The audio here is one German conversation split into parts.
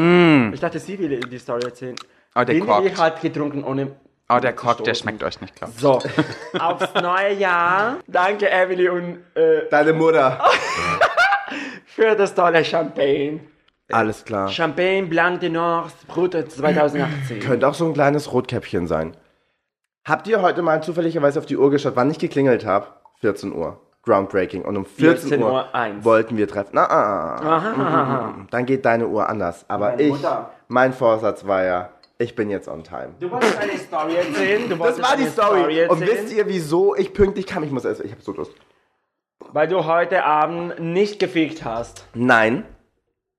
Mm. Ich dachte, sie will die Story erzählen. Aber Ah, der Den kocht. ich halt getrunken ohne. Oh, der Kork, der Verstoßen. schmeckt euch nicht, glaube ich. So, aufs neue Jahr. Danke, Emily, und äh, Deine Mutter. für das tolle Champagne. Alles klar. Champagne Blanc de Nord, Brut 2018. Könnte auch so ein kleines Rotkäppchen sein. Habt ihr heute mal zufälligerweise auf die Uhr geschaut, wann ich geklingelt habe? 14 Uhr. Groundbreaking. Und um 14, 14 Uhr, Uhr eins. wollten wir treffen. Na, ah, ah, ah. Aha. Dann geht deine Uhr anders. Aber Meine ich, Mutter. mein Vorsatz war ja, ich bin jetzt on time. Du wolltest eine Story erzählen. Du Das wolltest war die eine Story. Und erzählen, wisst ihr, wieso ich pünktlich kam? Ich muss essen. Ich habe so Lust. Weil du heute Abend nicht gefickt hast. Nein.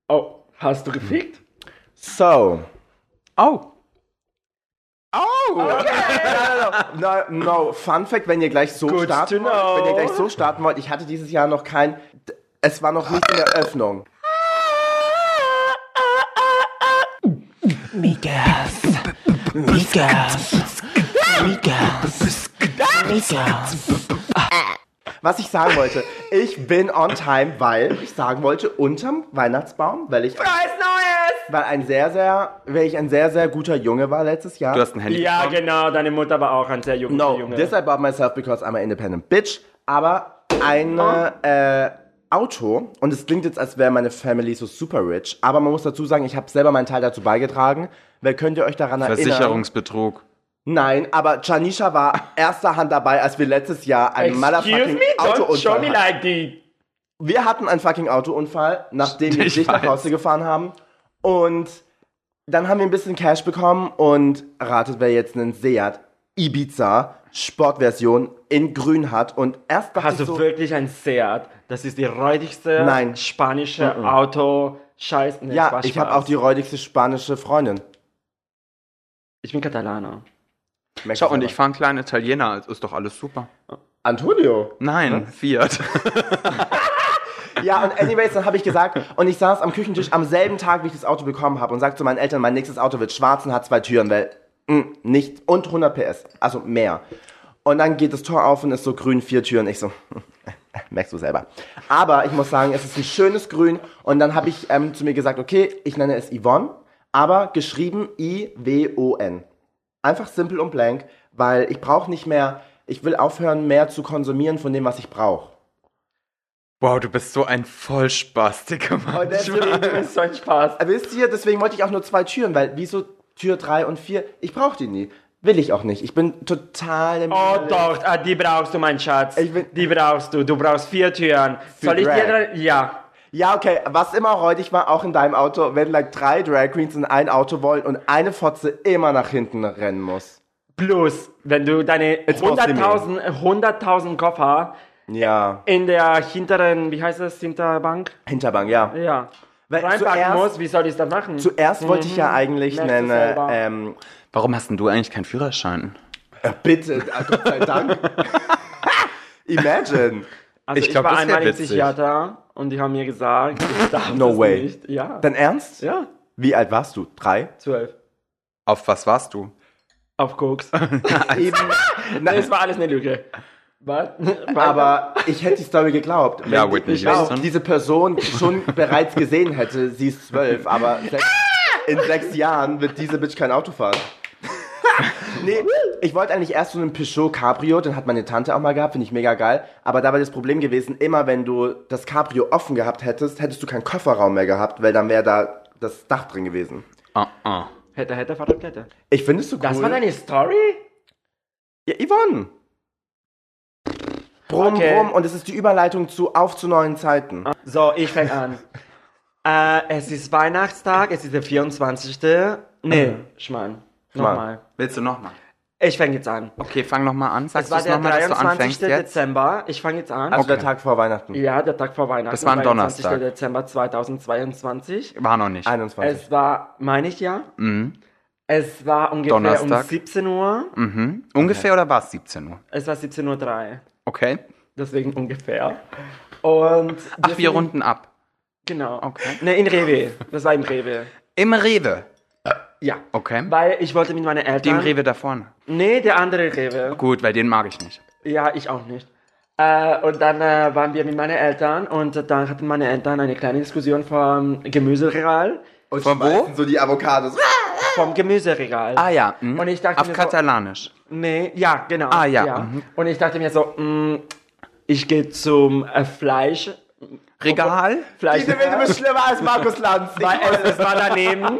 Oh, hast du gefickt? So. Mhm. Oh. Oh. No, no, Fun Fact, wenn ihr gleich so Good to starten wollt, know. wenn ihr gleich so starten wollt, ich hatte dieses Jahr noch kein, d- es war noch nicht in der Öffnung. Was ich sagen wollte, ich bin on time, weil ich sagen wollte, unterm Weihnachtsbaum, weil ich, Preis Neues! weil ein sehr, sehr, weil ich ein sehr, sehr guter Junge war letztes Jahr. Du hast ein Handy Ja, bekommen? genau, deine Mutter war auch ein sehr junger No, Junge. this I bought myself because I'm an independent bitch. Aber ein äh, Auto, und es klingt jetzt, als wäre meine Family so super rich, aber man muss dazu sagen, ich habe selber meinen Teil dazu beigetragen. Wer könnt ihr euch daran erinnern? Versicherungsbetrug. Nein, aber Janisha war erster Hand dabei, als wir letztes Jahr einen Excuse motherfucking me, don't show Autounfall me hatten. like the Wir hatten einen fucking Autounfall, nachdem wir Ich dich nach weiß. Hause gefahren haben. Und dann haben wir ein bisschen Cash bekommen und ratet, wer jetzt einen Seat Ibiza Sportversion in grün hat. Und erst dachte Hast du ich so, wirklich ein Seat? Das ist die räudigste Nein. spanische Auto. Scheiß. Nee, ja, Spaß, ich habe Spaß. auch die räudigste spanische Freundin. Ich bin Katalaner. Merkst Schau, du's und aber. ich fahre einen kleinen Italiener, also ist doch alles super. Antonio. Nein, Fiat. Ja, und anyways, dann habe ich gesagt, und ich saß am Küchentisch am selben Tag, wie ich das Auto bekommen habe, und sagte zu meinen Eltern, mein nächstes Auto wird schwarz und hat zwei Türen, weil mm, nicht und 100 PS, also mehr. Und dann geht das Tor auf und ist so grün, vier Türen. Ich so, merkst du selber. Aber ich muss sagen, es ist ein schönes Grün. Und dann habe ich ähm, zu mir gesagt, okay, ich nenne es Yvonne, aber geschrieben I-W-O-N. Einfach simpel und blank, weil ich brauche nicht mehr, ich will aufhören, mehr zu konsumieren von dem, was ich brauche. Wow, du bist so ein Vollspastiker, Mann. Du bist so ein Spaß. Wisst ihr, deswegen wollte ich auch nur zwei Türen, weil wieso Tür 3 und 4? Ich brauche die nie. Will ich auch nicht. Ich bin total im Oh doch, ah, die brauchst du, mein Schatz. Ich bin- die brauchst du. Du brauchst vier Türen. Soll ich Drag. dir... dran- Ja. Ja, okay, was immer räudig war, auch in deinem Auto, wenn like drei Drag Queens in ein Auto wollen und eine Fotze immer nach hinten rennen muss. Plus, wenn du deine brauchst du 100.000 100.000 Koffer Ja. in der hinteren, wie heißt das, Hinterbank? Hinterbank, ja. Ja. Weil Reinpacken zuerst- musst, wie soll ich das machen? Zuerst wollte ich ja eigentlich Mhm. Merkst du einen, selber. ähm, Warum hast denn du eigentlich keinen Führerschein? äh, bitte, ah, Gott sei Dank. Imagine. also ich ich, glaub, war das wär einmal im witzig. Psychiater und die haben mir gesagt, ich darf No das way. nicht. Ja. Dein Ernst? ja. Wie alt warst du? Drei? Zwölf. Auf was warst du? Auf Koks. Eben. Nein, Das war alles eine Lüge. Was? aber ich hätte die Story geglaubt. Ja, wenn die- Whitney wenn ich Houston. diese Person schon bereits gesehen hätte, sie ist zwölf, aber sechs, Ah! in sechs Jahren wird diese Bitch kein Auto fahren. nee, ich wollte eigentlich erst so einen Peugeot Cabrio, den hat meine Tante auch mal gehabt, finde ich mega geil. Aber da war das Problem gewesen, immer wenn du das Cabrio offen gehabt hättest, hättest du keinen Kofferraum mehr gehabt, weil dann wäre da das Dach drin gewesen. Ah, ah. hätte, hätte, Fahrradkette. Ich finde es so cool. Das war deine Story? Ja, Yvonne! Brumm, Okay. brumm, und es ist die Überleitung zu Auf zu neuen Zeiten. So, ich fange an. äh, es ist Weihnachtstag, es ist der 24. Nee, Schmarrn. Nochmal. Willst du nochmal? Ich fange jetzt an. Okay, fang nochmal an. Es Sagst du war es der nochmal, dass du 23. anfängst jetzt? Dezember. Ich fange jetzt an. Also Okay. der Tag vor Weihnachten. Ja, der Tag vor Weihnachten. Das war ein 23. Donnerstag. Dezember 2022. War noch nicht. 21. Es war, meine ich ja, Mhm. es war ungefähr Donnerstag. um 17 Uhr. Mhm. Ungefähr oder war es 17 Uhr? Es war 17.03 Uhr. Okay. Deswegen ungefähr. Und. Ach, wir runden ab. Genau. Okay. Ne, in Rewe. Das war im Rewe. Im Rewe. Ja. Okay. Weil ich wollte mit meinen Eltern. Dem Rewe da vorne. Nee, der andere Rewe. Gut, weil den mag ich nicht. Ja, ich auch nicht. Äh, und dann äh, waren wir mit meinen Eltern und dann hatten meine Eltern eine kleine Diskussion vom Gemüseregal. Und Von wo? schmeißen so die Avocados. Vom Gemüseregal. Ah ja. mhm. Und ich dachte Auf mir so- Katalanisch. Nee, ja, genau. Ah, ja, mhm. Und ich dachte mir so, mh, ich gehe zum äh, Fleisch. Regal? Fleisch Diese Winde bist schlimmer als Markus Lanz. Ich weil es, es war daneben.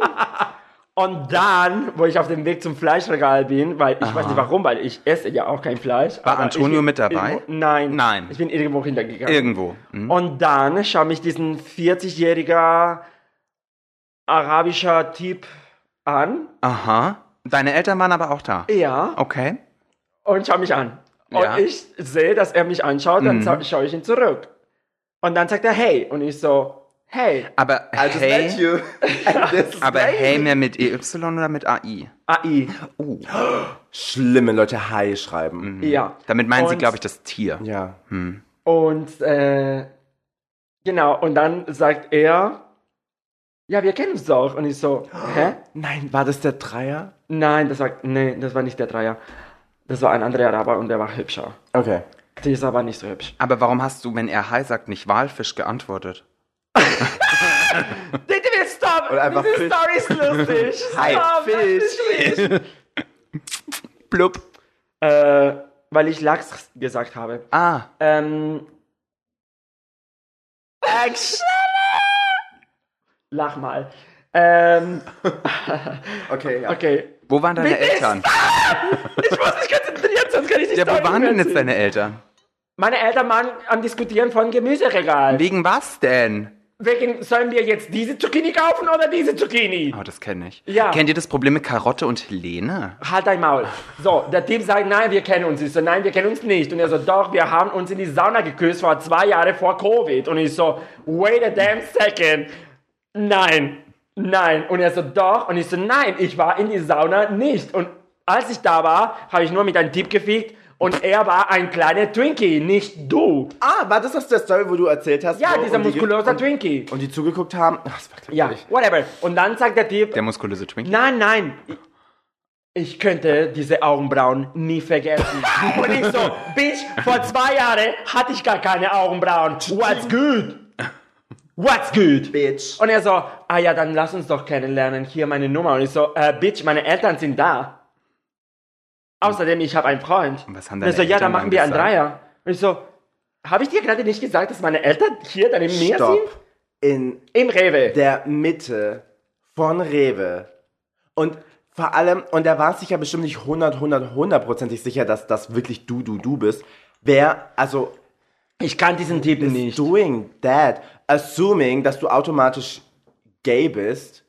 Und dann, wo ich auf dem Weg zum Fleischregal bin, weil ich weiß nicht warum, weil ich esse ja auch kein Fleisch. War aber Antonio ich bin mit dabei? Irgendwo, nein. Nein. Ich bin irgendwo hintergegangen. Irgendwo. Mhm. Und dann schaue mich diesen 40-jähriger arabischer Typ an. Aha. Deine Eltern waren aber auch da. Ja. Okay. und schau mich an. Und Ja. Mhm. ich sehe, dass er mich anschaut, dann scha- schaue ich ihn zurück. Und dann sagt er hey. Und ich so, hey, Aber Altes hey, Mädchen. Altes aber Mädchen. hey mehr mit EY oder mit AI? AI. Schlimme Leute Hi schreiben. Ja. Damit meinen sie, Und- glaube ich, das Tier. Ja. Und äh, genau, und dann sagt er, ja, wir kennen uns doch. Und ich so, hä? Nein, war das der Dreier? Nein, das war, nee, das war nicht der Dreier. Das war ein anderer Araber und der war hübscher. Okay. Die ist aber nicht so hübsch. Aber warum hast du, wenn er Hi sagt, nicht Walfisch geantwortet? Did we stop? Oder einfach Diese Fisch. Story ist lustig. Stop, Hi, das ist lustig. Blub. äh, weil ich Lachs gesagt habe. Ah. Ähm. Action! Lach mal. Ähm, Okay, ja. okay. Wo waren deine Mit ist- Eltern? Ich muss mich konzentrieren, sonst kann ich nicht Ja, wo sagen, waren wer denn jetzt sie- deine Eltern? Meine Eltern waren am Diskutieren von Gemüseregal. Wegen was denn? Wegen, sollen wir jetzt diese Zucchini kaufen oder diese Zucchini? Oh, das kenne ich. Ja. Kennt ihr das Problem mit Karotte und Helene? Halt dein Maul. So, der Typ sagt, nein, wir kennen uns. Ich so, nein, wir kennen uns nicht. Und er so, doch, wir haben uns in die Sauna geküsst vor zwei Jahren vor Covid. Und ich so, wait a damn second. Nein, nein. Und er so, doch. Und ich so, nein, ich war in die Sauna nicht. Und als ich da war, habe ich nur mit einem Typ gefickt. Und er war ein kleiner Twinkie, nicht du. Ah, war das aus der Story, wo du erzählt hast? Ja, wo- dieser und die- muskulöse und, Twinkie. und die zugeguckt haben. Ach, das war klar. Ja, whatever. Und dann sagt der Typ, Der muskulöse Twink. Nein, nein. Ich- Ich könnte diese Augenbrauen nie vergessen. Und ich so, Bitch, vor zwei Jahren hatte ich gar keine Augenbrauen. What's good? What's good? Bitch. Und er so, ah ja, dann lass uns doch kennenlernen. Hier meine Nummer. Und ich so, äh, Bitch, meine Eltern sind da. Außerdem, ich habe einen Freund. Und was haben Und er so, deine ja, dann Eltern machen wir einen dann Dreier. Und ich so, habe ich dir gerade nicht gesagt, dass meine Eltern hier dann im Meer sind? Stopp. In Im Rewe. der Mitte von Rewe. Und vor allem, und er war sich ja bestimmt nicht 100, 100, 100%ig sicher, dass das wirklich du, du, du bist. Wer, also, ich kann diesen Typ is nicht. doing that, assuming, dass du automatisch gay bist.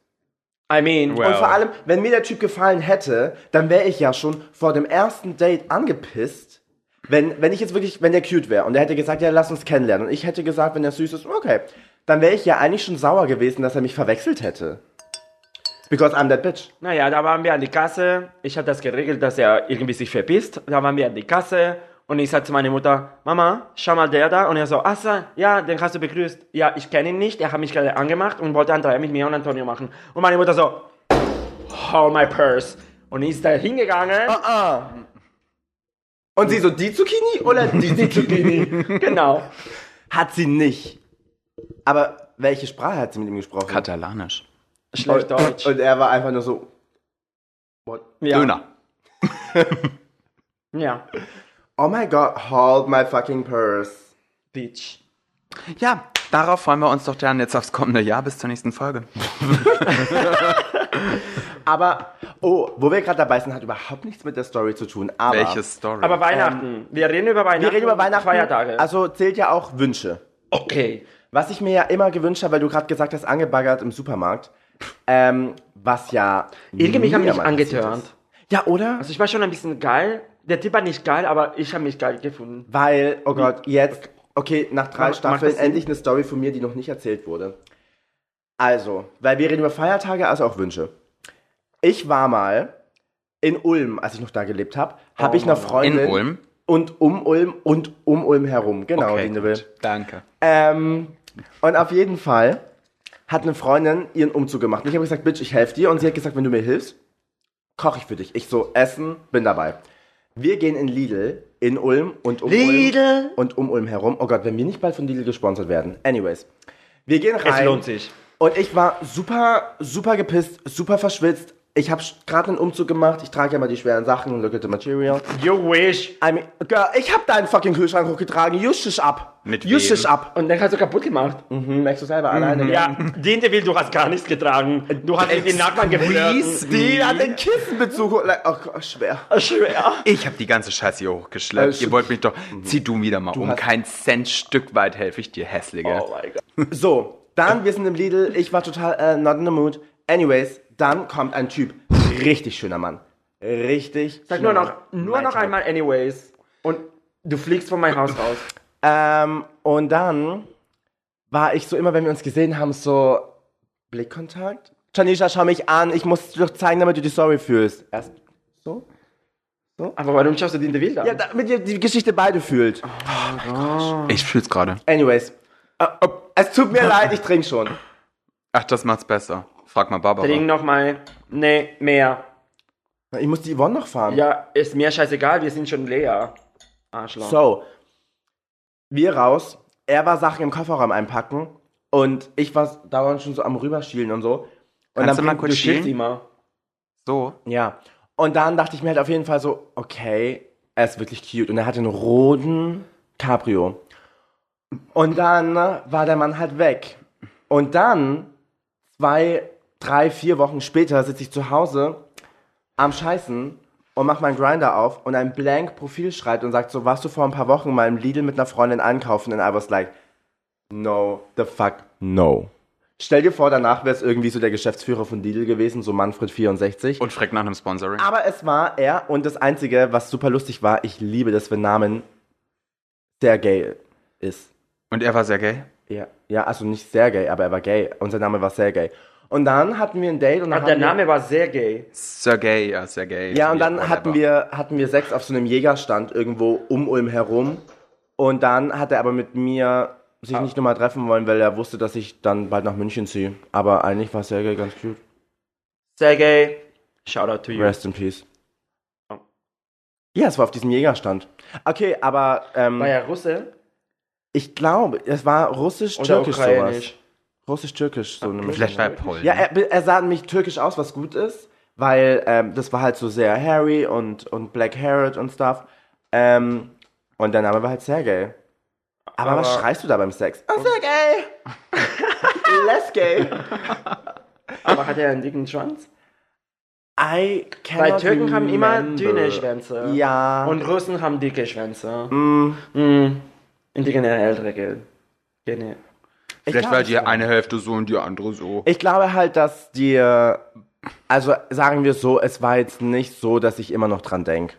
I mean, Well. Und vor allem, wenn mir der Typ gefallen hätte, dann wäre ich ja schon vor dem ersten Date angepisst. Wenn, wenn ich jetzt wirklich, wenn der cute wäre und er hätte gesagt, ja, lass uns kennenlernen. Und ich hätte gesagt, wenn er süß ist, okay. Dann wäre ich ja eigentlich schon sauer gewesen, dass er mich verwechselt hätte. Because I'm that bitch. Naja, da waren wir an die Kasse. Ich habe das geregelt, dass er irgendwie sich verpisst. Da waren wir an die Kasse und ich sag zu meiner Mutter, Mama, schau mal der da. Und er so, Assa, ja, den hast du begrüßt. Ja, ich kenne ihn nicht, er hat mich gerade angemacht und wollte einen Dreier mit mir und Antonio machen. Und meine Mutter so, hold my purse. Und ist da hingegangen. Ah. Und sie so, die Zucchini oder die, Zucchini? Genau. hat sie nicht. Aber welche Sprache hat sie mit ihm gesprochen? Katalanisch. Schlecht Deutsch. Und er war einfach nur so. What? ja. Döner. Ja. Oh my god, hold my fucking purse. Bitch. Ja, darauf freuen wir uns doch dann jetzt aufs kommende Jahr bis zur nächsten Folge. Aber, oh, wo wir gerade dabei sind, hat überhaupt nichts mit der Story zu tun. Aber Welche Story? Aber Weihnachten. wir reden über Weihnachten. Ähm, wir reden über und Weihnachten. Feiertage. Also zählt ja auch Wünsche. okay. Was ich mir ja immer gewünscht habe, weil du gerade gesagt hast, angebaggert im Supermarkt. Ähm, was ja. Irgendwie haben mir mich mal passiert angetörnt. ist. Ja, oder? Also ich war schon ein bisschen geil. Der Typ war nicht geil, aber ich habe mich geil gefunden. Weil, oh Gott, Hm. jetzt, okay, nach drei Mach- mach das Staffeln Sinn? endlich eine Story von mir, die noch nicht erzählt wurde. Also, weil wir reden über Feiertage, also auch Wünsche. Ich war mal in Ulm, als ich noch da gelebt habe, Oh habe ich einer in Freundin Ulm. und um Ulm und um Ulm herum, genau, Okay, wie du willst. gut. Danke. Ähm, und auf jeden Fall hat eine Freundin ihren Umzug gemacht. Und ich habe gesagt, Bitch, ich helfe dir. Und sie hat gesagt, wenn du mir hilfst, koche ich für dich. Ich so, Essen, bin dabei. Wir gehen in Lidl, in Ulm und um Ulm. Und um Ulm herum. Oh Gott, wenn wir nicht bald von Lidl gesponsert werden. Anyways. Wir gehen rein. Es lohnt sich. Und ich war super, super gepisst, super verschwitzt. Ich habe gerade einen Umzug gemacht. Ich trage ja immer die schweren Sachen, look at the material. You wish. I mean, girl, ich habe deinen fucking Kühlschrank hochgetragen. You shish up. Mit you wem? shish up. Und dann hast du kaputt gemacht. Mhm, merkst du selber alleine. gell? Ja, Dinteville, du hast gar nichts getragen. Du hast in den Nachbarn geflirtet. Die hat den Kissenbezug. like, Oh, Gott, schwer. Schwer. Ich habe die ganze Scheiße hier hochgeschleppt. Äh, Ihr wollt mich doch. Zieh du wieder mal um. hast- Kein Cent Stück weit helfe ich dir, hässliche. Oh mein Gott. So, dann, wir sind im Lidl. Ich war total äh, not in the mood. Anyways, dann kommt ein Typ. Richtig schöner Mann. Richtig. Sag schöner nur noch, Mann. nur Mein noch Typ. einmal anyways. Und du fliegst von meinem Haus raus. Ähm, und dann war ich so immer, wenn wir uns gesehen haben, so Blickkontakt. Janisha, schau mich an. Ich muss dir doch zeigen, damit du dich sorry fühlst. Äh, Erst so. Aber warum schaust du Dinteville an? Ja, damit ihr die Geschichte beide fühlt. Ich fühl's gerade. Anyways. Äh, äh, es tut mir leid, ich trinke schon. Ach, das macht's besser. Frag mal Barbara. Trink nochmal. Nee, mehr. Ich muss die Yvonne noch fahren. Ja, ist mir scheißegal, wir sind schon leer. Arschloch. So, wir raus. Er war Sachen im Kofferraum einpacken und ich war dauernd schon so am rüberschielen und so. Und Kannst du mal bringt- kurz Schild schielen? immer. So. Ja. Und dann dachte ich mir halt auf jeden Fall so, okay, er ist wirklich cute und er hat den roten Cabrio. Und dann war der Mann halt weg. Und dann zwei, drei, vier Wochen später sitze ich zu Hause am Scheißen und mach meinen Grinder auf und ein blank Profil schreibt und sagt so, warst du vor ein paar Wochen mal im Lidl mit einer Freundin einkaufen? Und I was like, no, the fuck, no. Stell dir vor, danach wäre es irgendwie so der Geschäftsführer von Lidl gewesen, so Manfred 64. Und fragt nach einem Sponsoring. aber es war er und das Einzige, was super lustig war, ich liebe das, wenn Namen sehr gay ist. Und er war sehr gay. Ja, ja, also nicht sehr gay, aber er war gay. Unser Name war sehr gay. Und dann hatten wir ein Date und dann Ach, der haben wir- Name war sehr gay. Sehr gay, ja, sehr gay. Ja, und dann whatever. hatten wir, hatten wir Sex auf so einem Jägerstand irgendwo um Ulm herum. Und dann hat er aber mit mir sich Ah. nicht nochmal treffen wollen, weil er wusste, dass ich dann bald nach München ziehe. Aber eigentlich war Sergei ganz cute. Sehr gay. Shoutout to you. Rest in peace. Oh. Ja, es war auf diesem Jägerstand. Okay, aber ähm, War ja Russe ich glaube, es war oder russisch-türkisch sowas. ukrainisch? Russisch-türkisch, so eine Vielleicht war er Polen. Ja, er, er sah nämlich türkisch aus, was gut ist, weil ähm, das war halt so sehr Harry und, und Black Herod und stuff. Ähm, und der Name war halt Sergei. Aber, was Aber- schreist du da beim Sex? Oh, Sergei! Less gay! Aber hat er einen dicken Schwanz? Weil I cannot Türken haben immer remember. dünne Schwänze. Ah. Ja. Und Russen haben dicke Schwänze. Mm, Mhm. Und die generell ältere Geld. Gene. ich Vielleicht glaub, war die eine Hälfte so und die andere so. Ich glaube halt, dass dir. Also sagen wir es so, es war jetzt nicht so, dass ich immer noch dran denke.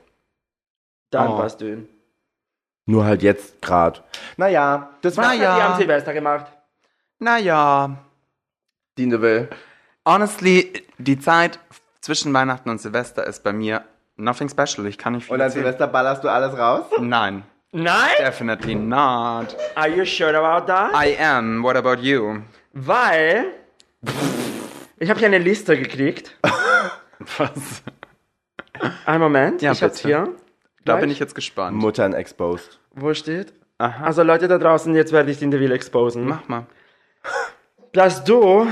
Dann Oh. war's dünn. Nur halt jetzt grad. Naja, das war Was hat Naja. Also, die am Silvester gemacht? Naja, die Neville. honestly, die Zeit zwischen Weihnachten und Silvester ist bei mir nothing special. Ich kann nicht viel Und an erzählen. Silvester ballerst du alles raus? Nein, Nein? definitely not. Are you sure about that? I am. What about you? Weil ich habe hier eine Liste gekriegt. Was? Einen Moment, Ja, ich hab's bitte. hier. Da Gleich. bin ich jetzt gespannt. Muttern exposed. Wo steht? Aha. Also Leute da draußen, jetzt werde ich den Deville exposen. Mach mal. Dass du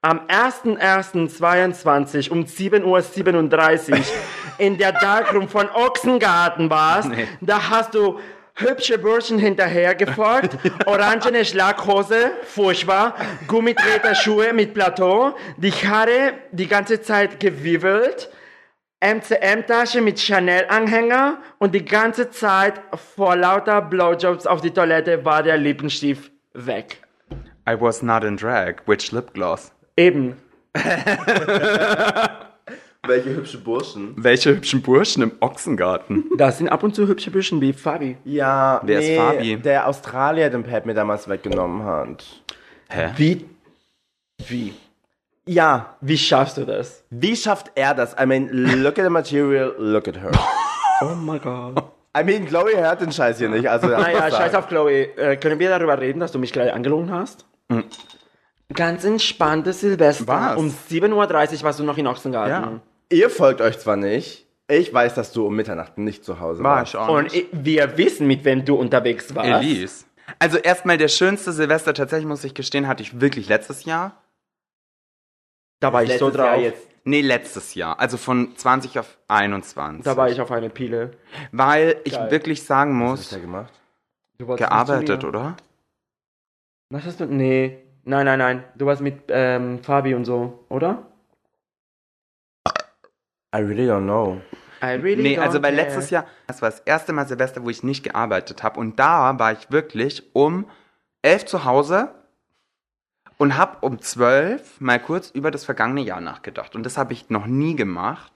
am 01.01.22 um 7.37 Uhr in der Darkroom von Ochsengarten warst, Nee. da hast du hübsche Burschen hinterher gefolgt, orangene Schlaghose, furchtbar, Gummitreterschuhe mit Plateau, die Haare die ganze Zeit gewirbelt, MCM-Tasche mit Chanel-Anhänger und die ganze Zeit vor lauter Blowjobs auf die Toilette war der Lippenstift weg. I was not in drag. Which lip gloss? Eben. Welche hübsche Burschen. Welche hübschen Burschen im Ochsengarten? Da sind ab und zu hübsche Büschen wie Fabi. Ja, Wer ist nee, Fabi? der Australier, den Pat mir damals weggenommen hat. Hä? Wie? Wie? Ja, Wie schaffst du das? wie schafft er das? I mean, look at the material, look at her. Oh mein Gott. I mean, Chloe hört den Scheiß hier nicht. Also, Naja, scheiß auf Chloe. Äh, können wir darüber reden, dass du mich gerade angelogen hast? Ganz entspanntes Silvester. Hm. Was? Um 7.30 Uhr warst du noch in Ochsengarten. Ihr folgt euch zwar nicht. Ich weiß, dass du um Mitternacht nicht zu Hause War warst. ich auch. Und nicht. i- wir wissen, mit wem du unterwegs warst. Elise. Also erstmal der schönste Silvester, tatsächlich muss ich gestehen, hatte ich wirklich letztes Jahr. Da war ich so Letztes Jahr drauf. jetzt. Nee, letztes Jahr. Also von 20 auf 21. Da war ich auf eine Pile. Weil ich Geil. wirklich sagen Was hab ich muss, da gemacht? Du wolltest nicht gearbeitet, zu mir. oder? Was hast du? Nee. Nein, nein, nein. Du warst mit ähm, Fabi und so, oder? I really don't know. I really Nee, don't also bei care. letztes Jahr, das war das erste Mal Silvester, wo ich nicht gearbeitet habe. Und da war ich wirklich um elf zu Hause und habe um zwölf mal kurz über das vergangene Jahr nachgedacht. Und das habe ich noch nie gemacht.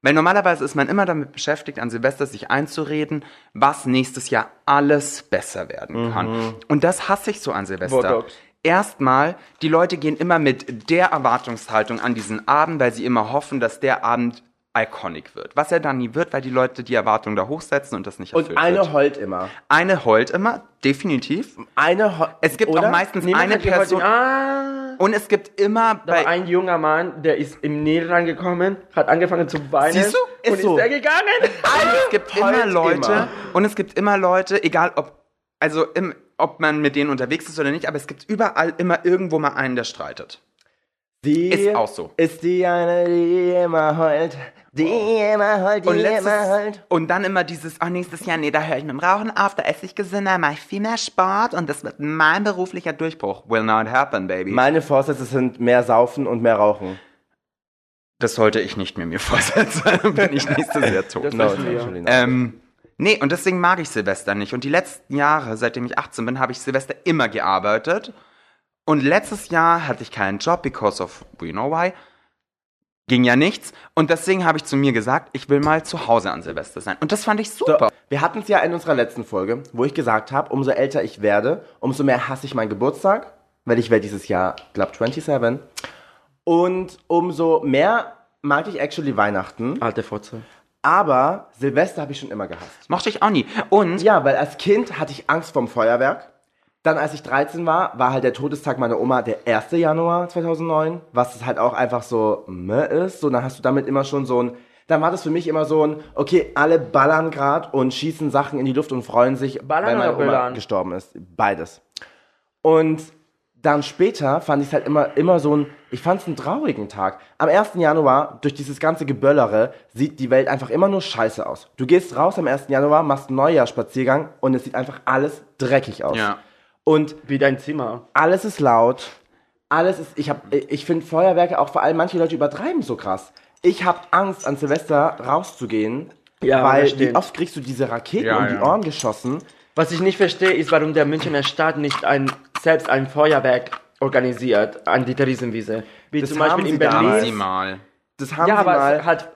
Weil normalerweise ist man immer damit beschäftigt, an Silvester sich einzureden, was nächstes Jahr alles besser werden kann. Mhm. Und das hasse ich so an Silvester. Botox. Erstmal, die Leute gehen immer mit der Erwartungshaltung an diesen Abend, weil sie immer hoffen, dass der Abend iconic wird. Was er dann nie wird, weil die Leute die Erwartung da hochsetzen und das nicht erfüllt Und eine Mhm. wird. heult immer. Eine heult immer, definitiv. Eine heult. Es gibt oder? auch meistens Niemand eine hat geholfen. Person. Ah. Und es gibt immer Da war bei ein junger Mann, der ist im Nähe rangekommen, hat angefangen zu weinen. Siehst du? Ist und Ist so. ist er gegangen. es gibt immer Heult Leute immer. und es gibt immer Leute, egal ob also im, ob man mit denen unterwegs ist oder nicht, aber es gibt überall immer irgendwo mal einen, der streitet. Die Ist auch so. Ist die eine, die immer heult. Die immer heult, die Und, immer halt. letztes, heult. und dann immer dieses, oh, nächstes Jahr, nee, da höre ich mit dem Rauchen auf, da esse ich gesünder, mache ich viel mehr Sport und das wird mein beruflicher Durchbruch. Will not happen, baby. Meine Vorsätze sind mehr saufen und mehr rauchen. das sollte ich nicht mehr mir vorsetzen, bin ich nächstes Jahr tot. Das No, wissen wir. actually not. Ähm, nee, und deswegen mag ich Silvester nicht. Und die letzten Jahre, seitdem ich 18 bin, habe ich Silvester immer gearbeitet. Und letztes Jahr hatte ich keinen Job, because of we know why. Ging ja nichts. Und deswegen habe ich zu mir gesagt, ich will mal zu Hause an Silvester sein. Und das fand ich super. So, wir hatten es ja in unserer letzten Folge, wo ich gesagt habe, umso älter ich werde, umso mehr hasse ich meinen Geburtstag, weil ich werde dieses Jahr, glaub 27. Und umso mehr mag ich actually Weihnachten. Alte Fotze. Aber Silvester habe ich schon immer gehasst. Mochte ich auch nie. Und Ja, weil als Kind hatte ich Angst vorm Feuerwerk. Dann, als ich 13 war, war halt der Todestag meiner Oma der 1. Januar 2009, was halt auch einfach so meh ist. So, dann hast du damit immer schon so ein, dann war das für mich immer so ein, okay, alle ballern grad und schießen Sachen in die Luft und freuen sich, Ballern weil meine oder Oma böllern? gestorben ist. Beides. Und dann später fand ich es halt immer, immer so ein, ich fand es einen traurigen Tag. Am 1. Januar, durch dieses ganze Geböllere, sieht die Welt einfach immer nur scheiße aus. Du gehst raus am 1. Januar, machst einen Neujahrsspaziergang und es sieht einfach alles dreckig aus. Ja. Und Wie dein Zimmer. alles ist laut, alles ist, ich hab, ich finde Feuerwerke auch vor allem, manche Leute übertreiben so krass. Ich habe Angst, an Silvester rauszugehen, Ja, das weil stimmt. wie oft kriegst du diese Raketen Ja, um die ja. Ohren geschossen? Was ich nicht verstehe, ist, warum der Münchner Staat nicht ein, selbst ein Feuerwerk organisiert an die Theresienwiese. Wie Das zum Beispiel haben in sie Berlin. damals. maximal. Das haben Ja, sie aber mal. es hat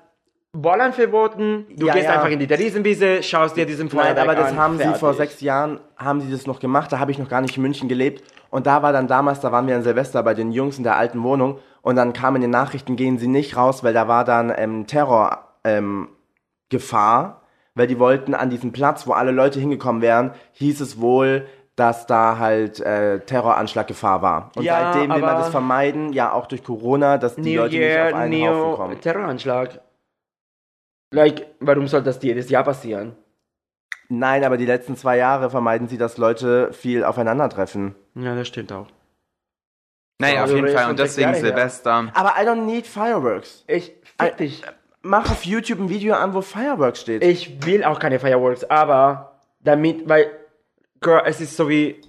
Ballern verboten. Du Ja, gehst ja. einfach in die Theresienwiese, schaust dir diesen Feuerwerk Nein, aber das an. haben sie vor Fertig. sechs Jahren, haben sie das noch gemacht. Da habe ich noch gar nicht in München gelebt. Und da war dann damals, da waren wir an Silvester bei den Jungs in der alten Wohnung. Und dann kamen in den Nachrichten, gehen sie nicht raus, weil da war dann ähm, Terror, ähm, Gefahr, weil die wollten an diesem Platz, wo alle Leute hingekommen wären, hieß es wohl, dass da halt äh, Terroranschlag Gefahr war. Und Ja, seitdem will man aber- das vermeiden, ja auch durch Corona, dass die New Leute nicht auf Year, einen Haufen New kommen. Terroranschlag. Like, warum soll das jedes Jahr passieren? Nein, aber die letzten zwei Jahre vermeiden sie, dass Leute viel aufeinandertreffen. Ja, das stimmt auch. Naja, auf Also, jeden das ist Fall. schon Und sechs deswegen Jahre her. Silvester. Aber I don't need fireworks. Ich fick dich. Mach auf YouTube ein Video an, wo Fireworks steht. Ich will auch keine Fireworks, aber damit, weil, Girl, es ist so wie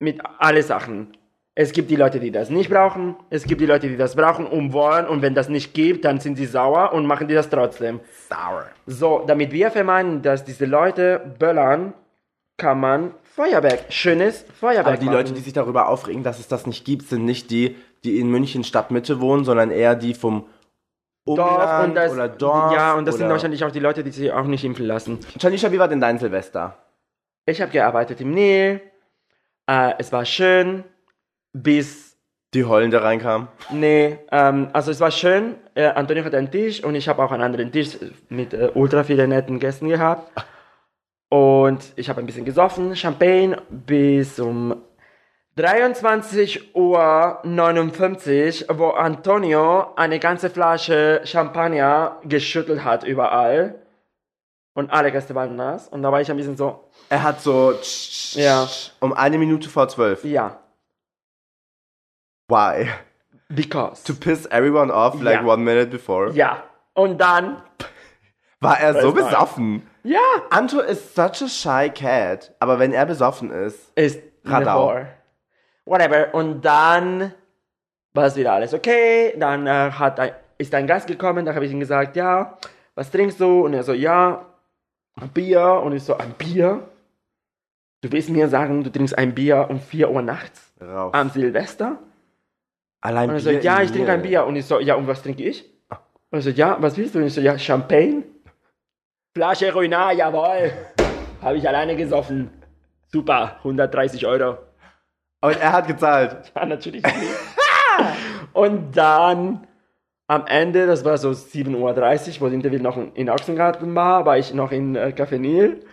mit alle Sachen. Es gibt die Leute, die das nicht brauchen. Es gibt die Leute, die das brauchen und wollen. Und wenn das nicht gibt, dann sind sie sauer und machen die das trotzdem. Sour. So, damit wir vermeiden, dass diese Leute böllern, kann man Feuerwerk, schönes Feuerwerk Aber die machen. Leute, die sich darüber aufregen, dass es das nicht gibt, sind nicht die, die in München Stadtmitte wohnen, sondern eher die vom Umland Dorf und das, oder Dorf. ja, und das sind oder- wahrscheinlich auch die Leute, die sich auch nicht impfen lassen. Janisha, wie war denn dein Silvester? Ich habe gearbeitet im Nil. Äh, es war schön, bis Die heulende reinkam. Nee, ähm, also es war schön. Äh, Antonio hatte einen Tisch und ich habe auch einen anderen Tisch mit äh, ultra vielen netten Gästen gehabt. Und ich habe ein bisschen gesoffen, Champagne bis um 23.59 Uhr, wo Antonio eine ganze Flasche Champagner geschüttelt hat überall. und alle Gäste waren nass und da war ich ein bisschen so, Er hat so tsch, tsch, Ja. tsch, um eine Minute vor zwölf. ja, Why? because. To piss everyone off like Ja. one minute before. ja. Und dann, War er so Weiß mal. besoffen? ja, Anto is such a shy cat, aber wenn er besoffen ist, ist Radau. Radau. Whatever. Und dann war es wieder alles okay. Dann äh, hat ein, ist ein Gast gekommen, da habe ich ihm gesagt, ja, was trinkst du? Und er so, ja, ein Bier. Und ich so, ein Bier? Du willst mir sagen, du trinkst ein Bier um 4 Uhr nachts rauf. am Silvester? Allein Und er Bier so, ja, in ich trinke ein mir. Bier. Und ich so, ja, Ah. und was trinke ich? Und er so, ja, was willst du? Und ich so, ja, Champagne? Flasche Ruinar, jawohl. Habe ich alleine gesoffen. Super, 130 Euro. Und er hat gezahlt. Ja, natürlich nicht. Und dann am Ende, das war so 7.30 Uhr, wo das Interview noch in- in Ochsengarten war, war ich noch in äh, Café Nil.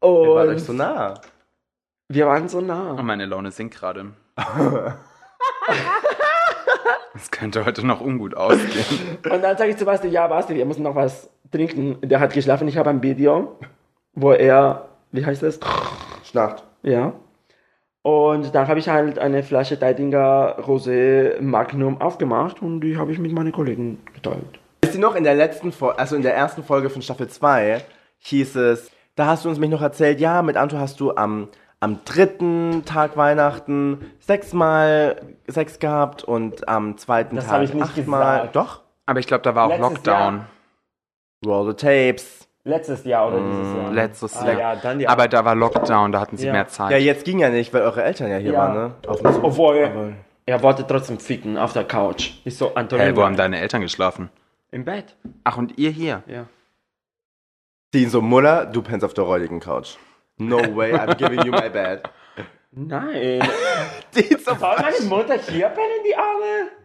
Und Er war euch so nah. wir waren so nah. Und Oh, meine Laune sinkt gerade. Das könnte heute noch ungut ausgehen. Und dann sage ich zu Basti, ja, Basti, wir müssen noch was trinken. Der hat geschlafen, ich habe ein Video, wo er, wie heißt das? Schnacht. Ja. Und dann habe ich halt eine Flasche Teidinger Rosé Magnum aufgemacht und die habe ich mit meinen Kollegen geteilt. Wisst ihr noch, in der letzten Folge, also in der ersten Folge von Staffel 2 hieß es, da hast du uns mich noch erzählt, ja, mit Anto hast du am, am dritten Tag Weihnachten sechsmal Sex gehabt und am zweiten Das Tag hab ich nicht achtmal. gesagt. Doch. Aber ich glaube, da war auch Letztes Lockdown. Jahr. Roll the tapes. Letztes Jahr oder dieses Jahr? Mm, Mhm. Letztes Ah, Jahr. ja, dann ja. Aber da war Lockdown, da hatten sie Ja. mehr Zeit. Ja, jetzt ging ja nicht, weil eure Eltern ja hier Ja. waren, ne? Auf dem Zug. Obwohl, er, er wollte trotzdem ficken auf der Couch. Ich so, Antonio. Hey, wo haben deine Eltern geschlafen? Im Bett. Ach, und ihr hier? Ja. Die so, Muller, du pennst auf der räudigen Couch. No way, I'm giving you my bed. Nein. Die so, Soll meine Mutter hier pennen, die Arme?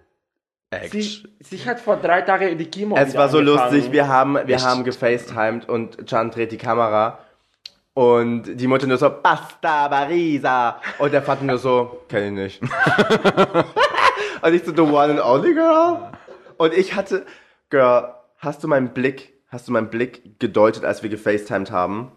Sie, Action. sie hat vor drei Tagen die Chemo Es wieder war so angefangen. lustig, wir haben, wir haben gefacetimed und Can dreht die Kamera und die Mutter nur so, Basta Barisa. Und der Vater nur so, kenn ich nicht. und ich so, the one and only girl. Und ich hatte, girl, hast du meinen Blick, hast du meinen Blick gedeutet, als wir gefacetimed haben?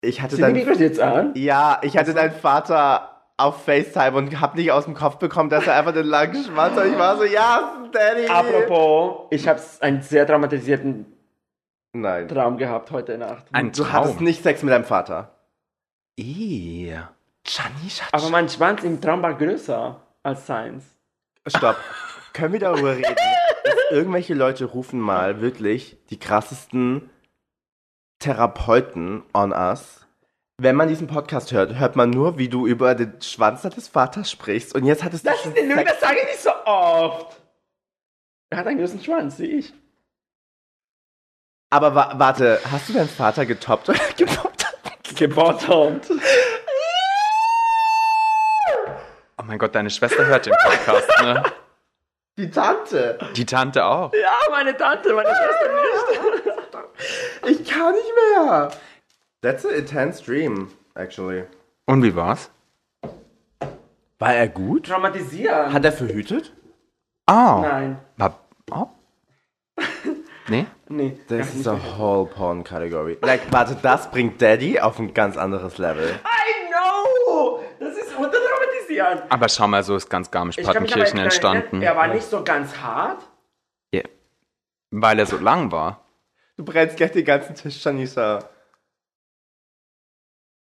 Ich hatte Sind die deinen, Mikros jetzt an? ja, ich hatte deinen Vater auf FaceTime und hab nicht aus dem Kopf bekommen, dass er einfach den langen Schwanz hat. Ich war so, ja, Daddy. Apropos, ich habe einen sehr traumatisierten Nein. Traum gehabt heute Nacht. Ein Du hattest Traum. nicht Sex mit deinem Vater. Ih. Janisha. Aber mein Schwanz im Traum war größer als seins. Stopp. Können wir darüber reden? dass irgendwelche Leute rufen mal wirklich die krassesten Therapeuten on us. Wenn man diesen Podcast hört, hört man nur, wie du über den Schwanz deines Vaters sprichst. Und jetzt hattest du Das schon ist eine Lüge, Sex- das sage ich nicht so oft. Er hat einen großen Schwanz, sehe ich. Aber wa warte, hast du deinen Vater getoppt oder gepoppt? Gebottelt. Oh mein Gott, deine Schwester hört den Podcast, ne? Die Tante. Die Tante auch. Ja, meine Tante, meine Schwester nicht. Ich kann nicht mehr. That's an intense dream, actually. Und wie war's? War er gut? Traumatisieren. Hat er verhütet? Oh. Nein. War, oh. Nee? Nee. Das ist a whole porn category. Like, warte, das bringt Daddy auf ein ganz anderes Level. I know! Das ist untertraumatisieren. Aber schau mal, so ist ganz Garmisch-Partenkirchen entstanden. er war nicht so ganz hart. Ja. Weil er so lang war. Du brennst gleich den ganzen Tisch, Janisa.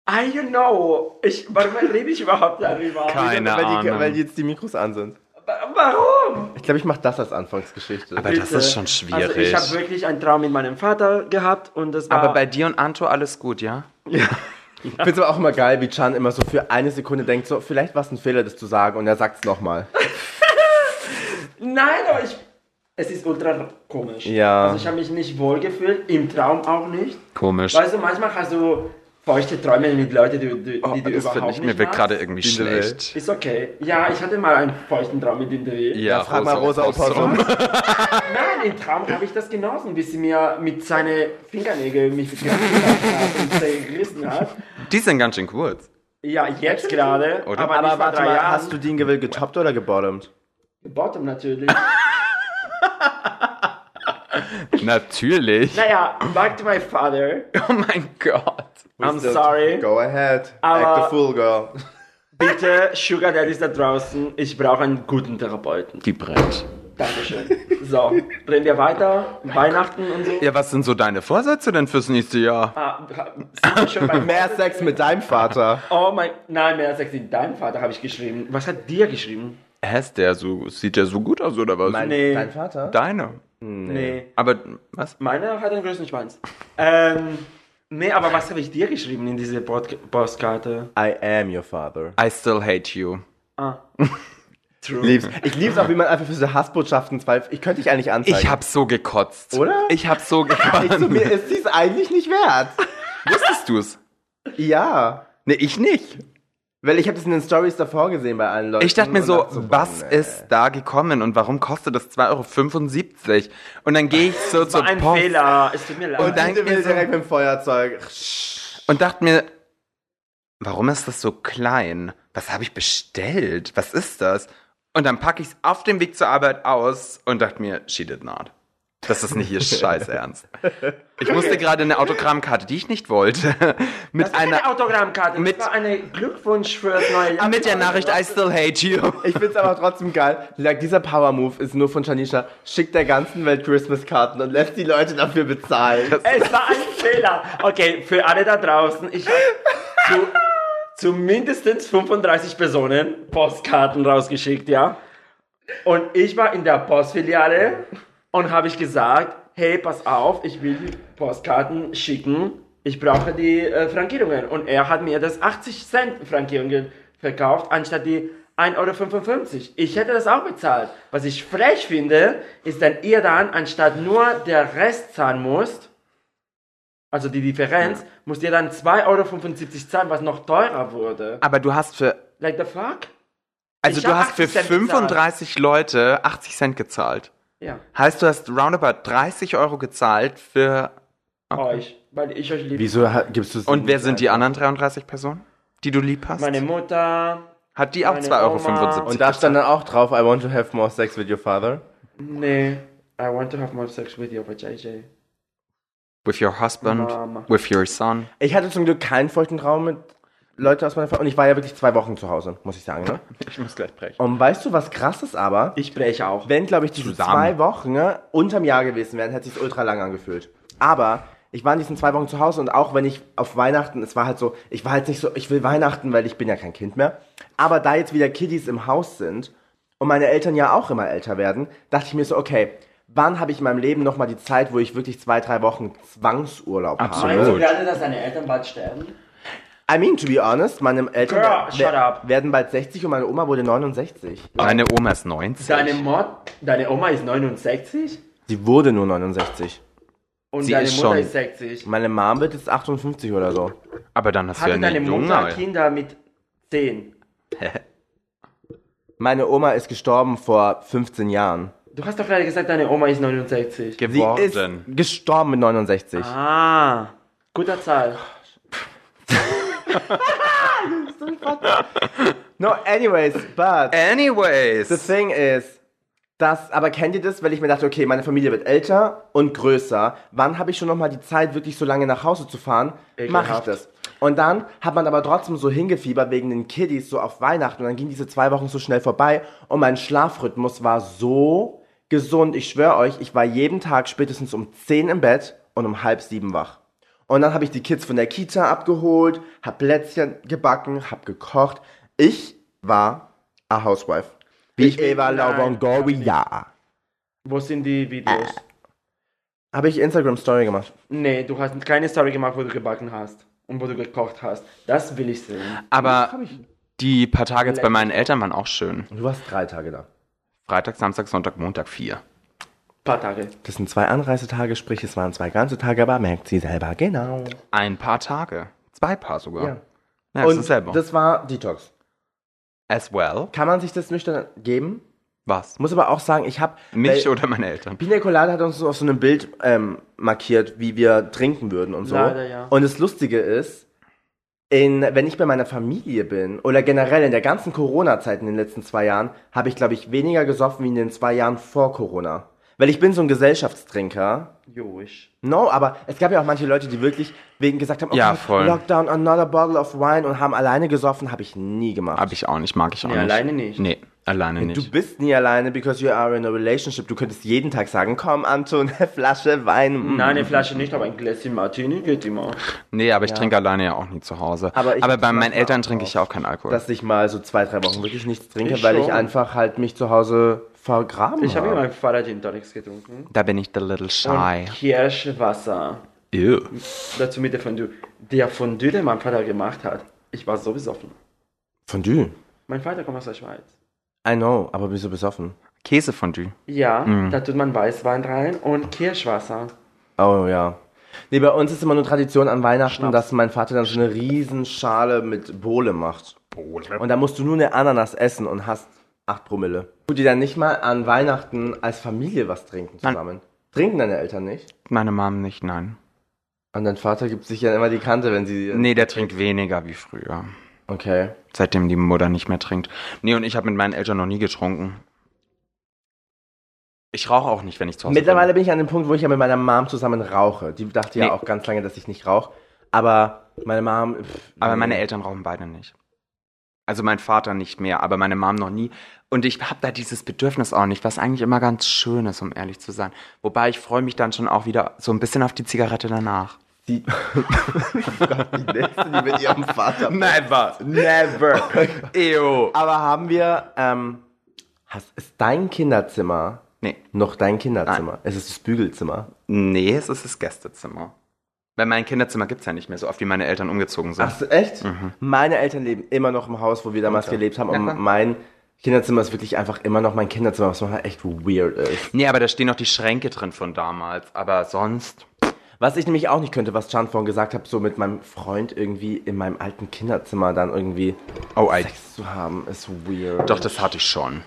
I don't know. Ich, warum rede ich überhaupt darüber? Keine weil Die, Ahnung. weil jetzt die Mikros an sind. Wa- Warum? Ich glaube, ich mache das als Anfangsgeschichte. Aber das Bitte. ist schon schwierig. Also ich habe wirklich einen Traum mit meinem Vater gehabt und das war... Aber bei dir und Anto alles gut, ja? ich finde es aber auch immer geil, wie Chan immer so für eine Sekunde denkt, so, vielleicht war es ein Fehler, das zu sagen, und er sagt es nochmal. Nein, aber ich... Es ist ultra komisch. Ja. Also ich habe mich nicht wohl gefühlt, im Traum auch nicht. Komisch. Weißt du, manchmal hast du feuchte Träume mit Leuten, die, die, die Oh, du das überhaupt finde ich, nicht mir wird magst. gerade irgendwie Die Welt. schlecht. Ist okay. Ja, ich hatte mal einen feuchten Traum mit Interview. Ja, Frag mal Rosa Opossum. Nein, im Traum habe ich das genossen, bis sie mir mit seinen Fingernägeln mich gerissen hat und zerrissen hat. Die sind ganz schön kurz. Ja, jetzt gerade. Oder? Aber, nicht Aber vor warte drei mal, Jahren. hast du den Gewill getoppt oder gebottomt? Bottom natürlich. Natürlich. Naja, back to my father. Oh mein Gott. I'm sorry. Go ahead. Aber- Act a fool, girl. Bitte, Sugar Daddies da draußen, ich brauche einen guten Therapeuten. Die brennt. Dankeschön. So, reden wir weiter. Weihnachten und so. Ja, was sind so deine Vorsätze denn fürs nächste Jahr? Ah, sind wir schon bei Mehr Sex mit deinem Vater. Oh mein, nein, mehr Sex in deinem Vater habe ich geschrieben. Was hat dir geschrieben? Hä, ist der so, sieht der so gut aus oder was? Mein, Nee. Dein Vater? Deine. Nee. Aber was? Meiner hat einen größten Schwanz. ähm, nee, aber was habe ich dir geschrieben in diese Pod- Postkarte? I am your father. I still hate you. Ah. True. Lieb's. Ich lieb's auch, wie man einfach für so Hassbotschaften zweifelt. Ich könnte dich eigentlich anzeigen. Ich hab so gekotzt. Oder? Ich hab so Ich so, mir gekotzt. ist dies eigentlich nicht wert. Wusstest du's? Ja. Nee, ich nicht. Weil ich habe das in den Stories davor gesehen bei allen Leuten. Ich dachte mir und so, dachte boah, was nee. ist da gekommen und warum kostet das 2,75 Euro? Und dann gehe ich so So zur ein Post Fehler. Es tut mir leid. Und dann- Am Ende Danke will so. direkt mit dem Feuerzeug. und dachte mir, warum ist das so klein? Was habe ich bestellt? Was ist das? Und dann packe ich es auf dem Weg zur Arbeit aus und dachte mir, she did not. Das ist nicht ihr Scheiß Ernst. Ich musste gerade eine Autogrammkarte, die ich nicht wolwollte, mit das ist eine einer Autogrammkarte. mit- Ah, das war eine Glückwunsch fürs neue Jahr. mit der Nachricht I still hate you. Ich find's aber trotzdem geil. Sie sagt, dieser Power Move ist nur von Janisha. Schickt der ganzen Welt Christmas-Karten und lässt die Leute dafür bezahlen. Es war ein Fehler. Okay, für alle da draußen, ich habe zu, zu mindestens 35 Personen Postkarten rausgeschickt, ja. Und ich war in der Postfiliale und habe ich gesagt, hey, pass auf, ich will die Postkarten schicken. Ich brauche die äh, Frankierungen. Und er hat mir das 80 Cent Frankierungen verkauft, anstatt die 1,55 Euro. Ich hätte das auch bezahlt. Was ich frech finde, ist, wenn ihr dann, anstatt nur der Rest zahlen musst, also die Differenz, musst ihr dann 2,75 Euro zahlen, was noch teurer wurde. Aber du hast für Like the fuck? also Ich du hab hast für 80 Cent gezahlt. 35 Leute 80 Cent gezahlt. Ja, Heißt, du hast roundabout 30 Euro gezahlt für euch. Weil Oh, ich euch liebe. Wieso ha- gibst du Und wer sind die anderen 33 Personen, die du lieb hast? Meine Mutter, Hat die auch meine 2,75 Euro? Oma. Und da stand dann auch drauf, I want to have more sex with your father. Nee, I want to have more sex with you, but JJ. With your husband, Mama. with your son. Ich hatte zum Glück keinen feuchten Traum mit Leuten aus meiner Familie. Und ich war ja wirklich zwei Wochen zu Hause, muss ich sagen. Ne? Ich muss gleich brechen. Und weißt du, was krass ist aber? Ich breche auch. Wenn, glaube ich, diese Zusammen. zwei Wochen ne, unterm Jahr gewesen wären, hätte es sich ultra lang angefühlt. Aber ich war in diesen zwei Wochen zu Hause und auch wenn ich auf Weihnachten, es war halt so, ich war halt nicht so, ich will Weihnachten, weil ich bin ja kein Kind mehr. Aber da jetzt wieder Kiddies im Haus sind und meine Eltern ja auch immer älter werden, dachte ich mir so, okay, wann habe ich in meinem Leben nochmal die Zeit, wo ich wirklich zwei, drei Wochen Zwangsurlaub Absolut. Meinst habe? du gerade, dass deine Eltern bald sterben? I mean, to be honest, meine Eltern Girl, wer- shut up. werden bald 60 und meine Oma wurde 69. Oh. Meine Oma ist 90. Deine, Mod, deine Oma ist 69 Sie wurde nur 69. und Sie deine ist Mutter schon- ist 60. Meine Mom wird jetzt 58 oder so. Aber dann hast du ja Hatte eine deine junge. Mutter Kinder mit 10? Meine Oma ist gestorben vor 15 Jahren. Du hast doch gerade gesagt, deine Oma ist 69. Sie geworden. ist gestorben mit 69. ah, guter Zahl. No, anyways, but Äh, the Anyways. thing is, das, aber kennt ihr das, weil ich mir dachte, okay, meine Familie wird älter und größer. Wann habe ich schon nochmal die Zeit, wirklich so lange nach Hause zu fahren? Mache ich Ekelhaft. das. Und dann hat man aber trotzdem so hingefiebert wegen den Kiddies, so auf Weihnachten. Und dann gingen diese zwei Wochen so schnell vorbei und mein Schlafrhythmus war so gesund. Ich schwöre euch, ich war jeden Tag spätestens um 10 im Bett und um halb sieben wach. Und dann habe ich die Kids von der Kita abgeholt, hab Plätzchen gebacken, hab gekocht. Ich war a Housewife. Wie Ich bin- Eva nein. Longoria. Wo sind die Videos? Habe ich Instagram Story gemacht. Nee, du hast keine Story gemacht, wo du gebacken hast und wo du gekocht hast. Das will ich sehen. Aber die paar Tage jetzt bei meinen Eltern waren auch schön. Du warst drei Tage da. Freitag, Samstag, Sonntag, Montag, vier. Paar Tage. Das sind zwei Anreisetage, sprich, es waren zwei ganze Tage, aber merkt sie selber, genau. Ein paar Tage. Zwei Paar sogar. Ja. Ja, ja das ist selber. das war Detox. As well. Kann man sich das nüchtern geben? Was? Muss aber auch sagen, ich habe Mich oder meine Eltern? Pina Colada hat uns so auf so einem Bild ähm, markiert, wie wir trinken würden und so. Leider, ja. Und das Lustige ist, in, wenn ich bei meiner Familie bin oder generell in der ganzen Corona-Zeit in den letzten zwei Jahren, habe ich, glaube ich, weniger gesoffen wie in den zwei Jahren vor Corona. Weil ich bin so ein Gesellschaftstrinker. Joisch. No, aber es gab ja auch manche Leute, die wirklich wegen gesagt haben, okay, Ja, voll. Lockdown, another bottle of wine und haben alleine gesoffen, habe ich nie gemacht. Hab ich auch nicht, mag ich auch Nee, nicht. alleine nicht. Nee, alleine nicht. Du bist nie alleine, because you are in a relationship. Du könntest jeden Tag sagen, komm Anton, eine Flasche Wein. mm. Nein, eine Flasche nicht, aber ein Gläschen Martini geht immer. Nee, aber ich trinke alleine ja auch nie zu Hause. Aber Aber, ich- bei meinen manchmal Eltern auch trinke ich ja auch keinen Alkohol. Dass ich mal so zwei, drei Wochen wirklich nichts trinke, Ich weil ich schon. einfach halt mich zu Hause vergraben Ich eh habe habe. immer ein Vater Gin Tonics getrunken. da bin ich the little shy. Und Kirschwasser. Ew. Dazu mit der Fondue. Der Fondue, den mein Vater gemacht hat. Ich war so besoffen. Fondue. Mein Vater kommt aus der Schweiz. I know, aber wieso besoffen? Käsefondue. Ja, Mhm. da tut man Weißwein rein und Kirschwasser. Oh ja. Nee, bei uns ist immer nur Tradition an Weihnachten, dass mein Vater dann so eine Riesenschale mit Bohle macht. Und da musst du nur eine Ananas essen und hast 8 Promille. Tut ihr dann nicht mal an Weihnachten als Familie was trinken Nein. zusammen? Trinken deine Eltern nicht? Meine Mom nicht, nein. Und dein Vater gibt sich ja immer die Kante, wenn sie... Nee, der trinkt weniger wie früher. Okay. Seitdem die Mutter nicht mehr trinkt. Nee, und ich habe mit meinen Eltern noch nie getrunken. Ich rauche auch nicht, wenn ich zu Hause Mittlerweile bin ich an dem Punkt, wo ich ja mit meiner Mom zusammen rauche. Die dachte ja Nee. auch ganz lange, dass ich nicht rauche. Aber meine Mom... Pff, bin. Aber meine Eltern rauchen beide nicht. Also mein Vater nicht mehr, aber meine Mom noch nie. Und ich habe da dieses Bedürfnis auch nicht, was eigentlich immer ganz schön ist, um ehrlich zu sein. Wobei ich freue mich dann schon auch wieder so ein bisschen auf die Zigarette danach. Die, die nächste, die mit ihrem Vater... Never, never. Ew. Aber haben wir, ähm, hast, ist dein Kinderzimmer Nee. noch dein Kinderzimmer? Es ist das Bügelzimmer. Nee, es ist das Gästezimmer. Weil mein Kinderzimmer gibt's ja nicht mehr, so oft wie meine Eltern umgezogen sind. Ach so, echt? Meine Eltern leben immer noch im Haus, wo wir damals gelebt haben. Und Na klar. mein Kinderzimmer ist wirklich einfach immer noch mein Kinderzimmer, was manchmal echt weird ist. Nee, aber da stehen noch die Schränke drin von damals. Aber sonst. Was ich nämlich auch nicht könnte, was Chan vorhin gesagt hat, so mit meinem Freund irgendwie in meinem alten Kinderzimmer dann irgendwie Oh, I, Sex zu haben, ist weird. doch, das hatte ich schon.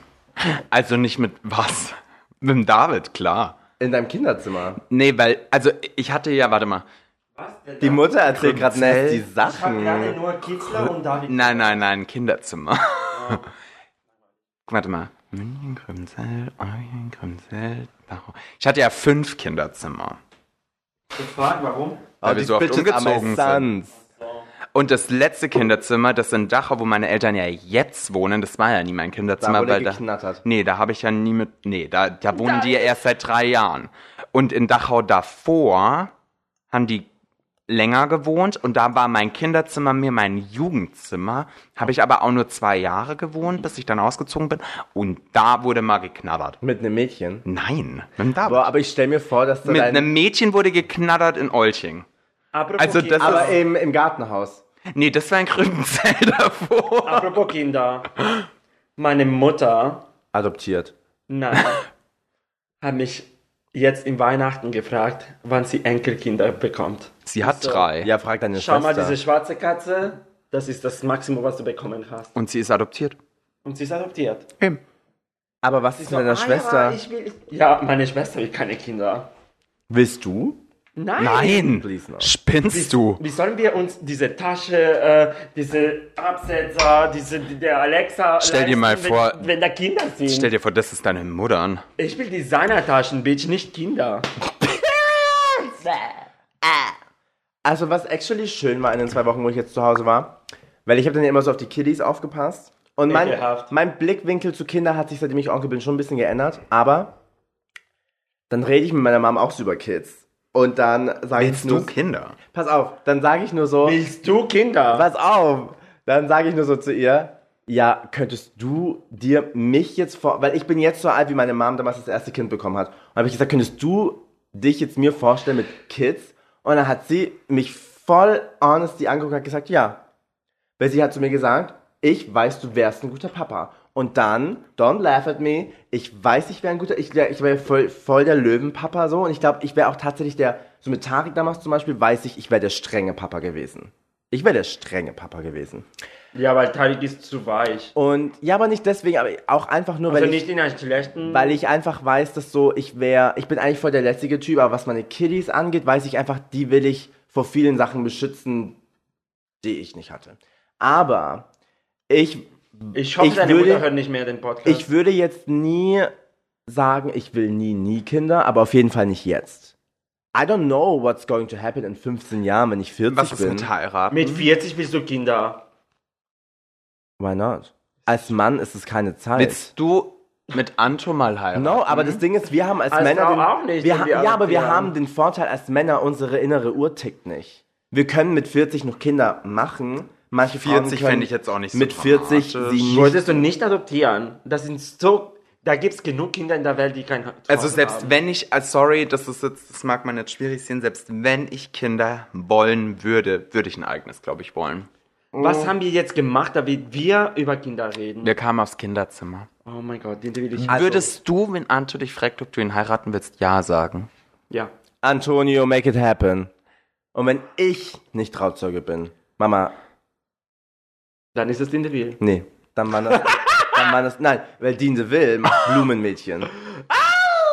Also nicht mit was? Mit dem David, klar. In deinem Kinderzimmer. Nee, weil, also ich hatte ja, warte mal. Was Die Mutter erzählt gerade nasty Sachen. nur Kitzler und David. Nein, nein, nein, Kinderzimmer. Warte mal. München, Grimsel, Eugen, Grimsel, Baro. Ich hatte ja fünf Kinderzimmer. Gefragt, warum? Weil wir die so oft Bitches am umgezogen sind. Essanz. Und das letzte Kinderzimmer, das in Dachau, wo meine Eltern ja jetzt wohnen, das war ja nie mein Kinderzimmer. Da wurde weil geknattert. Nee, da habe ich ja nie mit. Nee, da, da wohnen die ja erst seit drei Jahren. Und in Dachau davor haben die länger gewohnt und da war mein Kinderzimmer mir mein Jugendzimmer. Habe ich aber auch nur zwei Jahre gewohnt, bis ich dann ausgezogen bin. Und da wurde mal geknattert. Mit einem Mädchen. Nein, mit dem Boah, David. aber ich stell mir vor, dass da Mit dein- einem Mädchen wurde geknattert in Olching. Apropos, Also Kinder, das- Aber im, im Gartenhaus. Nee, das war ein Krückenzell davor. apropos Kinder. Meine Mutter, Adoptiert. nein, hat mich jetzt im Weihnachten gefragt, wann sie Enkelkinder bekommt. Sie hat drei. Ja, frag deine Schau mal, Schwester. diese schwarze Katze, das ist das Maximum, was du bekommen hast. Und sie ist adoptiert. Und sie ist adoptiert. aber was ist mit deiner So, ah, Schwester? Ja, ich will, ja, meine Schwester will keine Kinder. Willst du? Nein. Nein! Please not. Spinnst du? Wie sollen wir uns diese Tasche, äh, diese Absetzer, diese, der Alexa. Stell dir mal wenn, vor- Wenn da Kinder sind. Stell dir vor, das ist deine Mutter an. ich will Designertaschen, Bitch, nicht Kinder. Also was actually schön war in den zwei Wochen, wo ich jetzt zu Hause war, weil ich habe dann ja immer so auf die Kiddies aufgepasst. Und mein, Ekelhaft. mein Blickwinkel zu Kindern hat sich, seitdem ich Onkel bin, schon ein bisschen geändert. Aber dann rede ich mit meiner Mom auch so über Kids. Und dann sage ich Willst nur... du Kinder? Pass auf, dann sage ich nur so... Willst du Kinder? Pass auf! Dann sage ich nur so zu ihr, ja, könntest du dir mich jetzt vor... Weil ich bin jetzt so alt, wie meine Mom damals das erste Kind bekommen hat. Und habe ich gesagt, könntest du dich jetzt mir vorstellen mit Kids? Und dann hat sie mich voll honesty angeguckt und hat gesagt, ja. Weil sie hat zu mir gesagt, ich weiß, du wärst ein guter Papa. Und dann, don't laugh at me, ich weiß, ich wäre ein guter, ich, wär- ich wäre voll, voll der Löwenpapa so. Und ich glaube, ich wäre auch tatsächlich der, so mit Tarek damals zum Beispiel, weiß ich, ich wäre der strenge Papa gewesen. Ich wäre der strenge Papa gewesen. ja, weil Talik ist zu weich. Und ja, aber nicht deswegen, aber auch einfach nur, Also weil, nicht ich, in einem schlechten. weil ich einfach weiß, dass so, ich wäre, ich bin eigentlich voll der lässige Typ, aber was meine Kiddies angeht, weiß ich einfach, die will ich vor vielen Sachen beschützen, die ich nicht hatte. Aber ich ich hoffe, ich deine würde- Mutter hört nicht mehr den Podcast. Ich würde jetzt nie sagen, ich will nie, nie Kinder, aber auf jeden Fall nicht jetzt. I don't know what's going to happen in 15 Jahren, wenn ich 40 Was ist bin. mit heiraten? Mit 40 bist du Kinder. Why not? Als Mann ist es keine Zeit. Willst du mit Anto mal heiraten? No, aber das Ding ist, wir haben als, Als Männer. Frau den, auch nicht, Wir wenn ha- wir ja, aber wir adoptieren. haben den Vorteil, als Männer, unsere innere Uhr tickt nicht. Wir können mit 40 noch Kinder machen. Manche 40 Frauen fände können ich jetzt auch nicht so mit 40 dramatisch. sie nicht. Wolltest du nicht adoptieren? Das sind so. Da gibt's genug Kinder in der Welt, die kein. Also Zuhause selbst haben. wenn ich, ah, sorry, das ist jetzt, das mag man jetzt schwierig sehen, selbst wenn ich Kinder wollen würde, würde ich ein eigenes, glaube ich, wollen. Was haben wir jetzt gemacht, damit wir über Kinder reden? Der kam aufs Kinderzimmer. Oh mein Gott, den will ich. Also, Würdest du, wenn Anto dich fragt, ob du ihn heiraten willst, ja sagen? Ja. Antonio, make it happen. Und wenn ich nicht Trauzeuge bin, Mama, Dann ist es den Deville. nee, dann war das. dann war das nein, weil Dean de Will macht Blumenmädchen.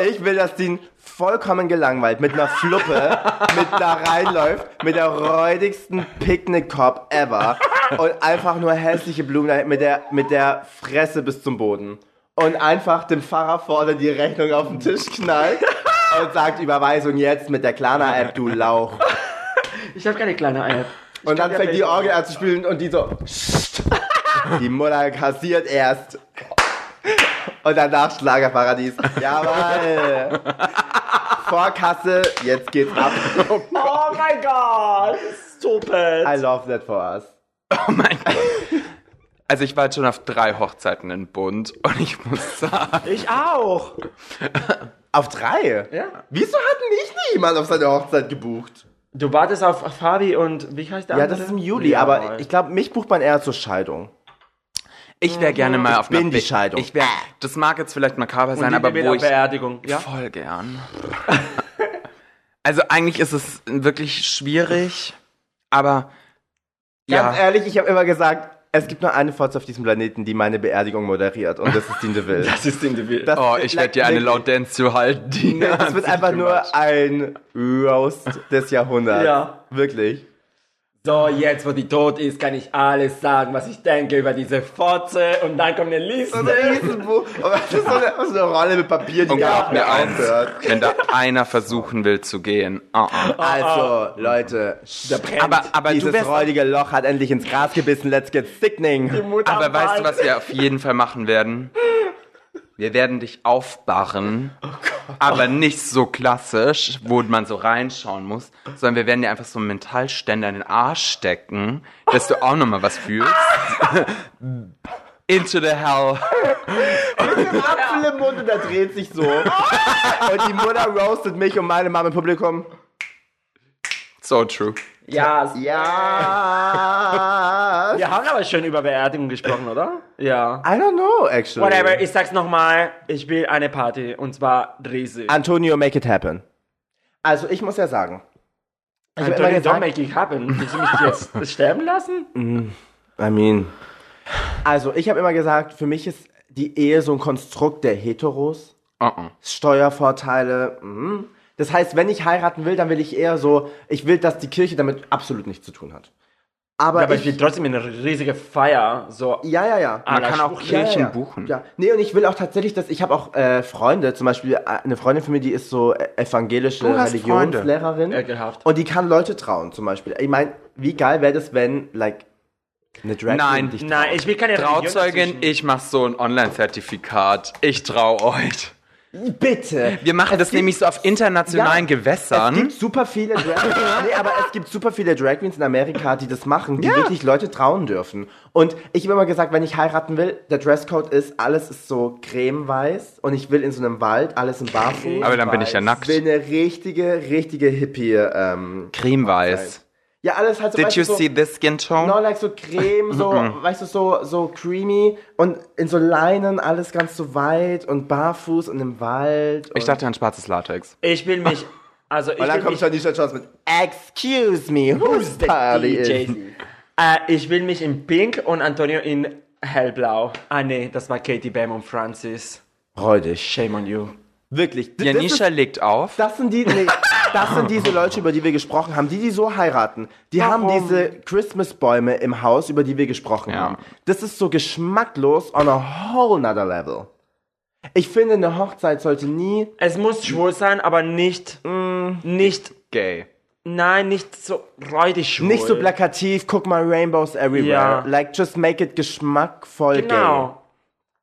Ich will, dass Dean vollkommen gelangweilt mit einer Fluppe mit da reinläuft, mit der räudigsten Picknickkorb ever und einfach nur hässliche Blumen dahin- mit der, mit der Fresse bis zum Boden und einfach dem Pfarrer vorne die Rechnung auf den Tisch knallt und sagt Überweisung jetzt mit der Klana-App, du Lauch. Ich habe keine kleine App. Und dann ja fängt die welche. Orgel an zu spielen und die so. Die Mutter kassiert erst. Und danach Schlagerparadies. Jawohl. Vorkasse, jetzt geht's ab. Oh mein Gott! Stupid! I love that for us. Oh mein Gott. Also ich war jetzt schon auf drei Hochzeiten in Bund und ich muss sagen, Ich auch! Auf drei? Ja. Wieso hat mich nie jemand auf seine Hochzeit gebucht? Du wartest auf Fabi und wie heißt der Ja, andere? das ist im Juli, Ja, aber voll. ich glaube, mich bucht man eher zur Scheidung. ich wäre gerne mal auf bin einer die Be- Scheidung. Ah. Ich wär, das mag jetzt vielleicht makaber Und sein, die aber Deville wo auf ich Beerdigung. Ja? voll gern. also eigentlich ist es wirklich schwierig, aber Ganz ja, ehrlich, ich habe immer gesagt, es gibt nur eine Fotze auf diesem Planeten, die meine Beerdigung moderiert und das ist Dean DeVille. Das ist den Deville. Das oh, wird ich werde dir eine wirklich- Loud Dance zu halten. Die Nee, das wird einfach nur ein Roast des Jahrhunderts. Ja. Wirklich. So, jetzt wo die tot ist, kann ich alles sagen, was ich denke über diese Fotze und dann kommt eine Liste. So ein Riesenbuch. Aber das ist so eine, so eine Rolle mit Papier, die Und gar nicht glaub mir mehr eins, aufhört. wenn da einer versuchen will zu gehen. ah, ah. Also, Leute, Aber, aber du dieses wärst räudige Loch hat endlich ins Gras gebissen. Let's get sickening. Mutter Aber weißt Wald. du, was wir auf jeden Fall machen werden? Wir werden dich aufbarren, Oh aber nicht so klassisch, wo man so reinschauen muss, sondern wir werden dir einfach so einen Mentalständer in den Arsch stecken, dass du auch nochmal was fühlst. Into the hell. Apfel im Mund und er dreht sich so. und die Mutter roastet mich und meine Mama im Publikum. So true. Ja, Ja. Wir haben aber schon über Beerdigung gesprochen, oder? Ja. I don't know, actually. Whatever, ich sag's nochmal, ich will eine Party und zwar riesig. Antonio, make it happen. Also, ich muss ja sagen, ich hab immer Antonio, gesagt- don't make it happen. Willst du mich jetzt sterben lassen? I mean. Also, ich habe immer gesagt, für mich ist die Ehe so ein Konstrukt der Heteros. Uh -uh. Steuervorteile. mhm. Das heißt, wenn ich heiraten will, dann will ich eher so, ich will, dass die Kirche damit absolut nichts zu tun hat. Aber, Ja, aber ich ich, will trotzdem eine riesige Feier, so ja, ja, ja. Man la Ah, kann auch Spruch- ja, Kirchen ja, ja. buchen. Ja, nee, und ich will auch tatsächlich, dass ich habe auch äh, Freunde, zum Beispiel äh, eine Freundin von mir, die ist so äh, evangelische Du hast Freunde. genau. Religionslehrerin. ekelhaft. Und die kann Leute trauen, zum Beispiel. Ich meine, wie geil wäre das, wenn, like, eine Drag Queen Nein. dich Nein, ich will keine Religion Trauzeugin, dazwischen. ich mach so ein Online-Zertifikat. Ich trau euch. Bitte. Wir machen das nämlich so auf internationalen Ja, Gewässern. Es gibt super viele Drag Queens. nee, aber es gibt super viele Drag Queens in Amerika, die das machen, die wirklich Leute trauen dürfen. Und ich habe immer gesagt, wenn ich heiraten will, der Dresscode ist, alles ist so cremeweiß und ich will in so einem Wald, alles im Barfuß. aber dann bin ich ja Ich nackt. will eine richtige, richtige Hippie, ähm, Cremeweiß. ja, alles halt so, Did weißt you du, so, see Mhm. this skin tone? Genau, like so Creme, so, weißt du, so, so creamy und in so Leinen, alles ganz so weit und barfuß und im Wald. Ich dachte an schwarzes Latex. Äh, Ich will mich, also ich und dann will kommt mich, Janisha Jones mit Excuse me, who's the party is? DJ. Äh, ich will mich in Pink und Antonio in Hellblau. Ah nee, das war Katie Bam und Francis. Freudig. Shame on you. Wirklich. D- Janisha Das, ist, legt auf. das, sind die, nee, das sind diese Leute, über die wir gesprochen haben. Die, die so heiraten. Die haben Warum? diese Christmas-Bäume im Haus, über die wir gesprochen Ja. haben. Das ist so geschmacklos on a whole nother level. Ich finde, eine Hochzeit sollte nie. Es muss schwul sein, aber nicht, nicht, Gay. nein, nicht so räudig schwul. Nicht so plakativ, guck mal, Rainbows everywhere. Ja. Like, just make it geschmackvoll gay. Genau.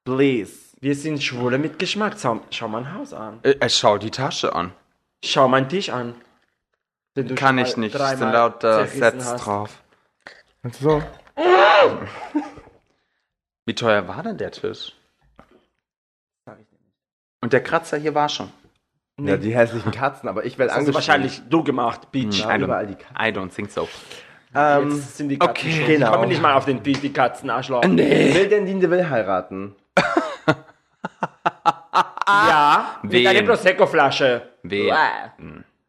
Please. Wir sind Schwule mit Geschmack. Schau, schau mein Haus an. Äh, äh, schau die Tasche an. Schau meinen Tisch an. Den du Kann drei- ich nicht. dreimal Es sind lauter zerrissen Sets hast. drauf. Und so. Wie teuer war denn der Tisch? Und der Kratzer hier war schon. Ja, die hässlichen Katzen, aber ich werde Also wahrscheinlich du gemacht, Bitch. Ja, überall die Katzen. I don't think so. Ähm, Jetzt sind die Katzen okay, schuld. genau. Die kommen nicht mal auf den Beat, die Katzen, Arschloch. will denn Dinde will heiraten? Ja, mit Wen? einer Prosecco-Flasche. Weh.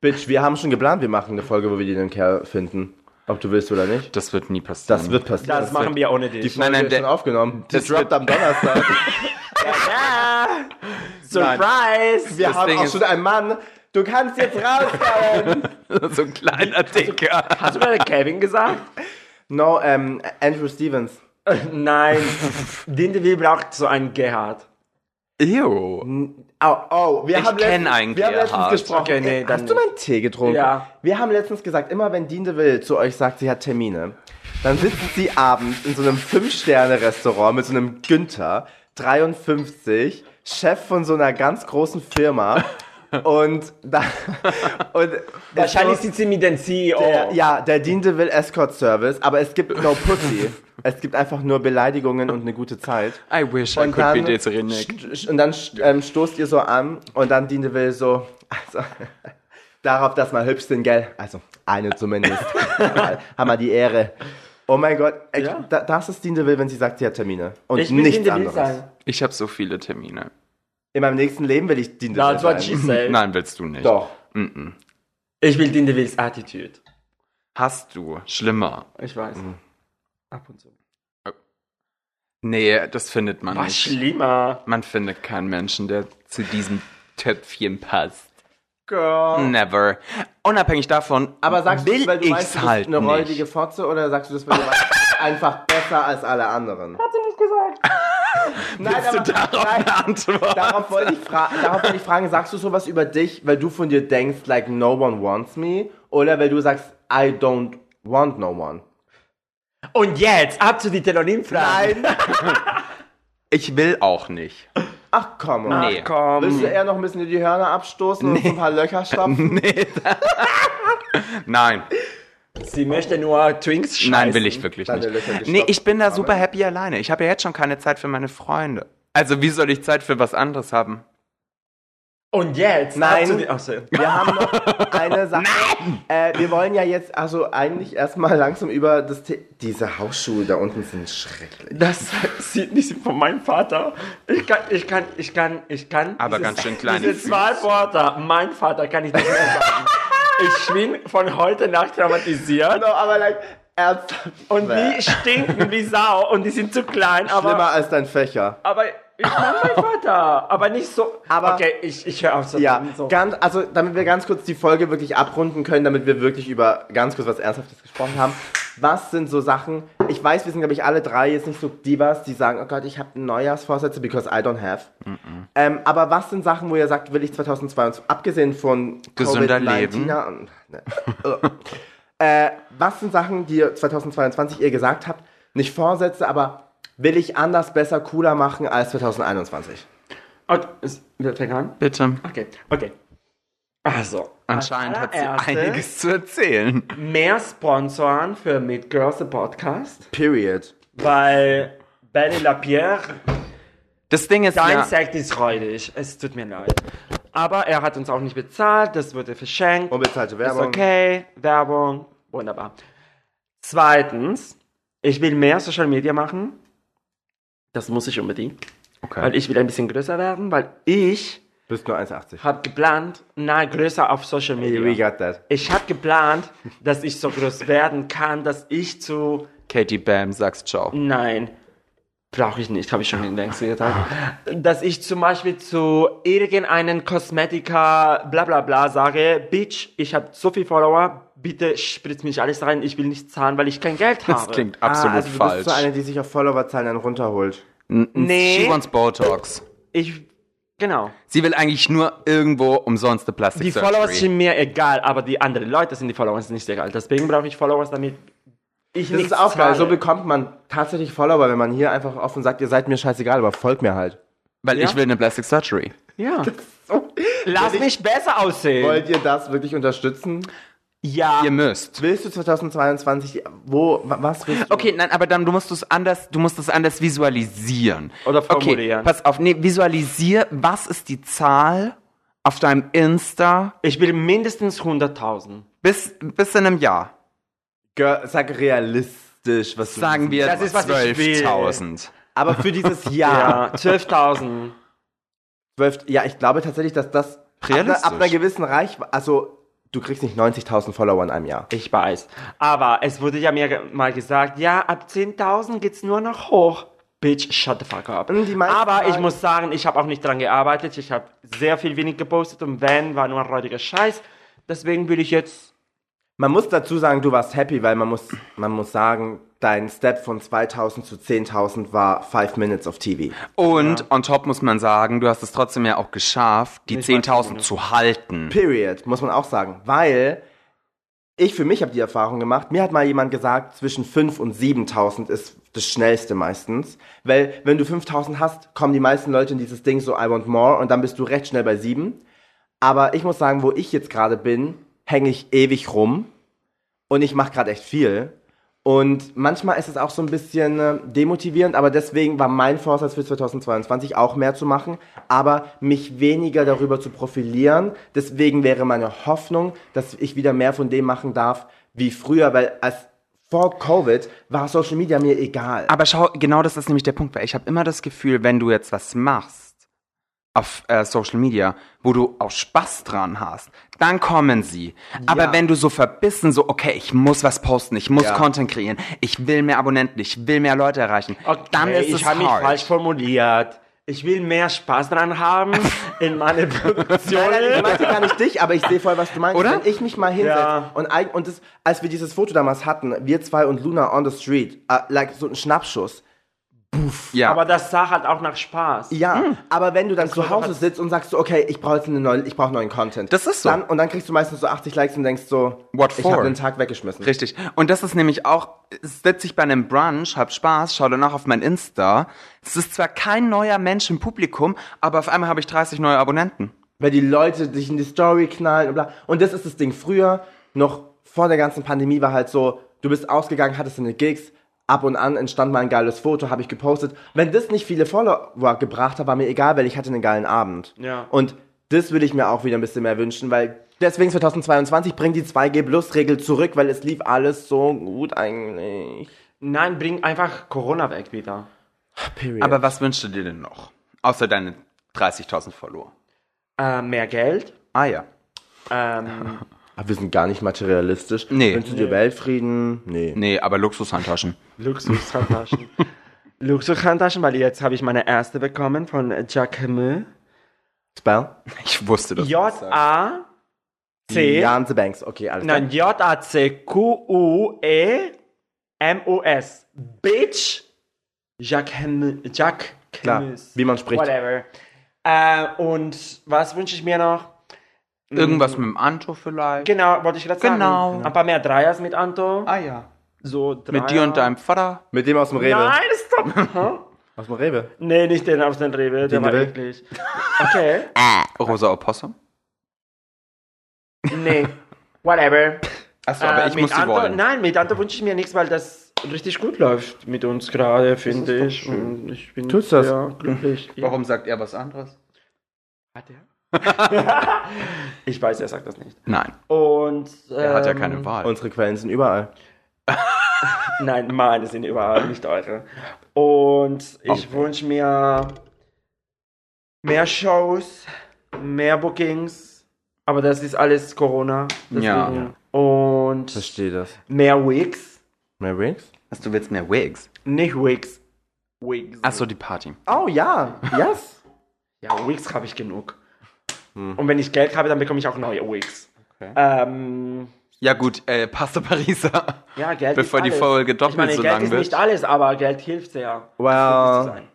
Bitch, wir haben schon geplant, wir machen eine Folge, wo wir den Kerl finden. Ob du willst oder nicht. Das wird nie passieren. Das wird passieren. Das machen wir ohne dich. Nein, nein, Folge ist schon der, aufgenommen. Das, das droppt wird- am Donnerstag. Ah, Surprise! Wir haben Ding auch ist- schon einen Mann. Du kannst jetzt rauskommen. so ein kleiner Also, Dicker. Hast du gerade Kevin gesagt? no, ähm, Andrew Stevens. Nein. Dindeville braucht so einen Gerhard. Ew. Oh, oh, wir Ich haben kenn letztens- einen Wir haben letztens Gerhard. gesprochen. Okay, nee, Äh, dann Hast du meinen Tee getrunken? Ja. Wir haben letztens gesagt, immer wenn Dien de Will zu euch sagt, sie hat Termine, dann sitzen sie abends in so einem Fünf-Sterne-Restaurant mit so einem Günther, 53, Chef von so einer ganz großen Firma. und da, und Wahrscheinlich sitzt sie mit dem E CEO. der, ja, der Dean DeVille Escort Service, aber es gibt no Pussy. es gibt einfach nur Beleidigungen und eine gute Zeit. I wish I Und could be dann, this redneck. st- st- und dann st- ähm, stoßt ihr so an und dann Dean DeVille so, also, darauf, dass wir hübsch sind, gell? Also, eine zumindest. Haben wir die Ehre. Oh mein Gott, ey, Ja. da, das ist Dean DeVille, wenn sie sagt, sie hat Termine. Und ich will nichts Dindeville anderes. sein. Ich habe so viele Termine. In meinem nächsten Leben will ich Dean DeVille That's what she sein. said. Nein, willst du nicht. Äh, Doch. Ich will Dindevilles Attitude. Hast du. Schlimmer. Ich weiß. Ab und zu. Nee, das findet man Was nicht. schlimmer. Man findet keinen Menschen, der zu diesem Töpfchen passt. Girl. Never. Unabhängig davon, Aber sagst du will das, weil du ich's meinst, du bist halt eine nicht. räudige Fotze oder sagst du das, weil du meinst, du bist einfach besser als alle anderen? Hat sie nicht gesagt. nein, Hast du darauf nein, eine Antwort? darauf wollte ich, fra darauf wollte ich fragen, sagst du sowas über dich, weil du von dir denkst, like no one wants me oder weil du sagst, I don't want no one? Und jetzt ab zu die Telonym-Fragen. Ich will auch nicht. Ach komm. on. Nee. Willst Komm. du eher noch ein bisschen in die Hörner abstoßen und so ein paar Löcher stopfen? Nee. Nein, Sie möchte nur Twinks scheißen. nein, will ich wirklich Deine nicht. Löcher gestopft Nee, ich bin da haben. super happy alleine. Ich habe ja jetzt schon keine Zeit für meine Freunde. Also wie soll ich Zeit für was anderes haben? Und jetzt? Nein. Ab zu die, Ach so. Wir haben noch eine Sache. Äh, wir wollen ja jetzt also eigentlich erstmal langsam über das The Diese Hausschuhe da unten sind schrecklich. Das sieht nicht von meinem Vater. Ich kann, ich kann, ich kann, ich kann. Aber ganz schön kleine Diese Füße. zwei Wörter, mein Vater, kann ich nicht mehr sagen. Ich bin von heute Nacht traumatisiert. No, aber like, ernsthaft. Und die stinken wie Sau und die sind zu klein, Schlimmer aber, als dein Fächer. aber ich mag meinen Vater, aber nicht so. Aber- okay, ich, ich höre auf so. Ja, so. ganz, also damit wir ganz kurz die Folge wirklich abrunden können, damit wir wirklich über ganz kurz was Ernsthaftes gesprochen haben. Was sind so Sachen, ich weiß, wir sind, glaube ich, alle drei jetzt nicht so Divas, die sagen, oh Gott, ich habe Neujahrsvorsätze, because I don't have. Ähm, aber was sind Sachen, wo ihr sagt, will ich 2022, abgesehen von Gesünder Covid-19 leben. und- ne, äh, was sind Sachen, die ihr 2022 ihr gesagt habt, nicht Vorsätze, aber will ich anders, besser, cooler machen als 2021? Und, ist, wir fangen an? Bitte. Okay, okay. Also, Anscheinend hat sie allererstes- einiges zu erzählen. mehr Sponsoren für Meet Girls the Podcast, Period. weil Benny Lapierre, Das Ding ist dein ja, Sekt ist räudig. Es tut mir leid. Aber er hat uns auch nicht bezahlt, das wurde verschenkt. Unbezahlte Ist Werbung. okay, Werbung, wunderbar. Zweitens, ich will mehr Social Media machen. Das muss ich unbedingt, weil ich will ein bisschen größer werden, weil ich Bist nur 1,80. habe geplant, na größer auf Social We Media. got that. Ich habe geplant, dass ich so groß werden kann, dass ich zu Katie Bam sagst ciao. Nein. Brauche ich nicht, habe ich schon längst getan. Dass ich zum Beispiel zu irgendeinen Kosmetiker bla bla bla sage, Bitch, ich habe so viel Follower, bitte spritz mich alles rein, ich will nichts zahlen, weil ich kein Geld habe. Das klingt absolut ah, also du falsch. bist so eine, die sich auf Followerzahlen dann runterholt. N- n- Nee. She wants Botox. Ich Genau. Sie will eigentlich nur irgendwo umsonst eine Plastic Die Surgery. Followers sind mir egal, aber die anderen Leute sind die Followers nicht egal. Deswegen brauche ich Followers, damit ich Das nichts ist auch geil. zahle. So bekommt man tatsächlich Follower, wenn man hier einfach offen sagt, ihr seid mir scheißegal, aber folgt mir halt. Weil Ja. ich will eine Plastic Surgery. ja. Lass mich besser aussehen. Wollt ihr das wirklich unterstützen? ja. Ihr müsst. Willst du 2022, wo, wa- was willst du? Okay, nein, aber dann du musst es anders, du musst es anders visualisieren. Oder formulieren. Okay, pass auf, nee, visualisier, was ist die Zahl auf deinem Insta Ich will mindestens 100.000. bis bis in einem Jahr? Girl, sag realistisch, was du Sagen wir Das ist, was ich will. 12.000. Aber für dieses Ja, Jahr. 12.000. Zwölf- ja, ich glaube tatsächlich, dass das ab, einer- Realistisch. ab einer gewissen Reichweite, also du kriegst nicht 90.000 Follower in einem Jahr. Ich weiß. Aber es wurde ja mir ge- mal gesagt, ja, ab 10.000 geht's nur noch hoch. Bitch, shut the fuck up. Mm, die meisten Aber ich sagen- muss sagen, ich habe auch nicht dran gearbeitet. Ich habe sehr viel wenig gepostet und wenn, war nur ein räudiger Scheiß. Deswegen will ich jetzt Man muss dazu sagen, du warst happy, weil man muss, man muss sagen, dein Step von 2000 zu 10.000 war 5 Minutes of TV. Und on top muss man sagen, du hast es trotzdem ja auch geschafft, die Nicht mal 10.000 zu halten. Period, muss man auch sagen. Weil ich für mich habe die Erfahrung gemacht, mir hat mal jemand gesagt, zwischen 5 und 7000 ist das schnellste meistens. Weil wenn du 5000 hast, kommen die meisten Leute in dieses Ding so, I want more und dann bist du recht schnell bei 7. Aber ich muss sagen, wo ich jetzt gerade bin, hänge ich ewig rum und ich mache gerade echt viel. Und manchmal ist es auch so ein bisschen äh, demotivierend, aber deswegen war mein Vorsatz für 2022 auch mehr zu machen, aber mich weniger darüber zu profilieren. Deswegen wäre meine Hoffnung, dass ich wieder mehr von dem machen darf wie früher, weil als vor Covid war Social Media mir egal. Aber schau, genau das ist nämlich der Punkt, weil ich habe immer das Gefühl, wenn du jetzt was machst auf äh, Social Media, wo du auch Spaß dran hast, dann kommen sie. Aber wenn du so verbissen, so, okay, ich muss was posten, ich muss Ja. Content kreieren, ich will mehr Abonnenten, ich will mehr Leute erreichen, dann Okay, ist ich es habe mich hard. falsch formuliert. Ich will mehr Spaß dran haben in meine Produktion. Nein, nein, ich meinte gar nicht dich, aber ich sehe voll, was du meinst. Oder? Wenn ich mich mal hinsetze Ja. und, eig- und das, als wir dieses Foto damals hatten, wir zwei und Luna on the street, äh, like so ein Schnappschuss, ja. Aber das sah halt auch nach Spaß. Ja, Hm. aber wenn du dann zu war doch Hause was- sitzt und sagst so, okay, ich brauche jetzt eine neue, ich brauche neuen Content. Das ist so. Dann, und dann kriegst du meistens so 80 Likes und denkst so, What ich for? habe den Tag weggeschmissen. Richtig. Und das ist nämlich auch, sitze ich bei einem Brunch, hab Spaß, schaue danach auf mein Insta. Es ist zwar kein neuer Mensch im Publikum, aber auf einmal habe ich 30 neue Abonnenten. Weil die Leute dich in die Story knallen und bla. Und das ist das Ding früher, noch vor der ganzen Pandemie war halt so, du bist ausgegangen, hattest deine Gigs, ab und an entstand mal ein geiles Foto, habe ich gepostet. Wenn das nicht viele Follower gebracht hat, war mir egal, weil ich hatte einen geilen Abend. Ja. Und das würde ich mir auch wieder ein bisschen mehr wünschen, weil deswegen 2022 bringt die 2G Plus Regel zurück, weil es lief alles so gut eigentlich. Nein, bring einfach Corona weg wieder. Period. Aber was wünschst du dir denn noch? Außer deine 30.000 Follower. Äh, mehr Geld. Ah ja. Ähm, Aber wir sind gar nicht materialistisch. Nee. Wünschst du dir Weltfrieden? Nee. Nee, aber Luxushandtaschen. Luxushandtaschen. Luxushandtaschen, weil jetzt habe ich meine erste bekommen von Jacquemus. Spell? Ich wusste das. J-A-C. Jan the Banks. Okay, alles Nein, J-A-C-Q-U-E-M-U-S. Bitch. Jacquemus. klar. Jacquemus. Wie man spricht. Whatever. Äh, und was wünsche ich mir noch? Irgendwas mit dem Anto vielleicht. Genau, wollte ich gerade sagen. Genau. Ein paar mehr Dreiers mit Anto. Ah ja. So Dreier. Mit dir und deinem Vater. Mit dem aus dem Rewe. Nein, stopp. Hä? Aus dem Rewe. nee, nicht den aus den Rewe, der Den war Rewe? eklig. Okay. Rosa Opossum. Nee. Whatever. Achso, aber Äh, ich mit muss sie Anto, wollen. Nein, mit Anto wünsche ich mir nichts, weil das richtig gut läuft mit uns gerade, finde ich. Und ich bin Tut's das? sehr glücklich. Warum sagt er was anderes? Hat er? ich weiß, er sagt das nicht. Nein. Und Er hat ja ähm, keine Wahl. Unsere Quellen sind überall. Nein, meine sind überall, nicht eure. Und ich wünsche mir mehr Shows, mehr Bookings, aber das ist alles Corona. Ja. deswegen. Und Verstehe das. mehr Wigs, Mehr Rings? Hast du willst mehr Wigs? nicht Wigs. Wigs. Achso, die Party. Oh ja, yes. Ja, Oh, Wigs habe ich genug. Und wenn ich Geld habe, dann bekomme ich auch neue Wigs. Ähm, Ja gut, äh, Pasta Pariser. ja, Geld Bevor ist die alles. Folge doppelt ich meine, so Geld lang ist wird. nicht alles, aber Geld hilft sehr. glücklich zu Well, sein.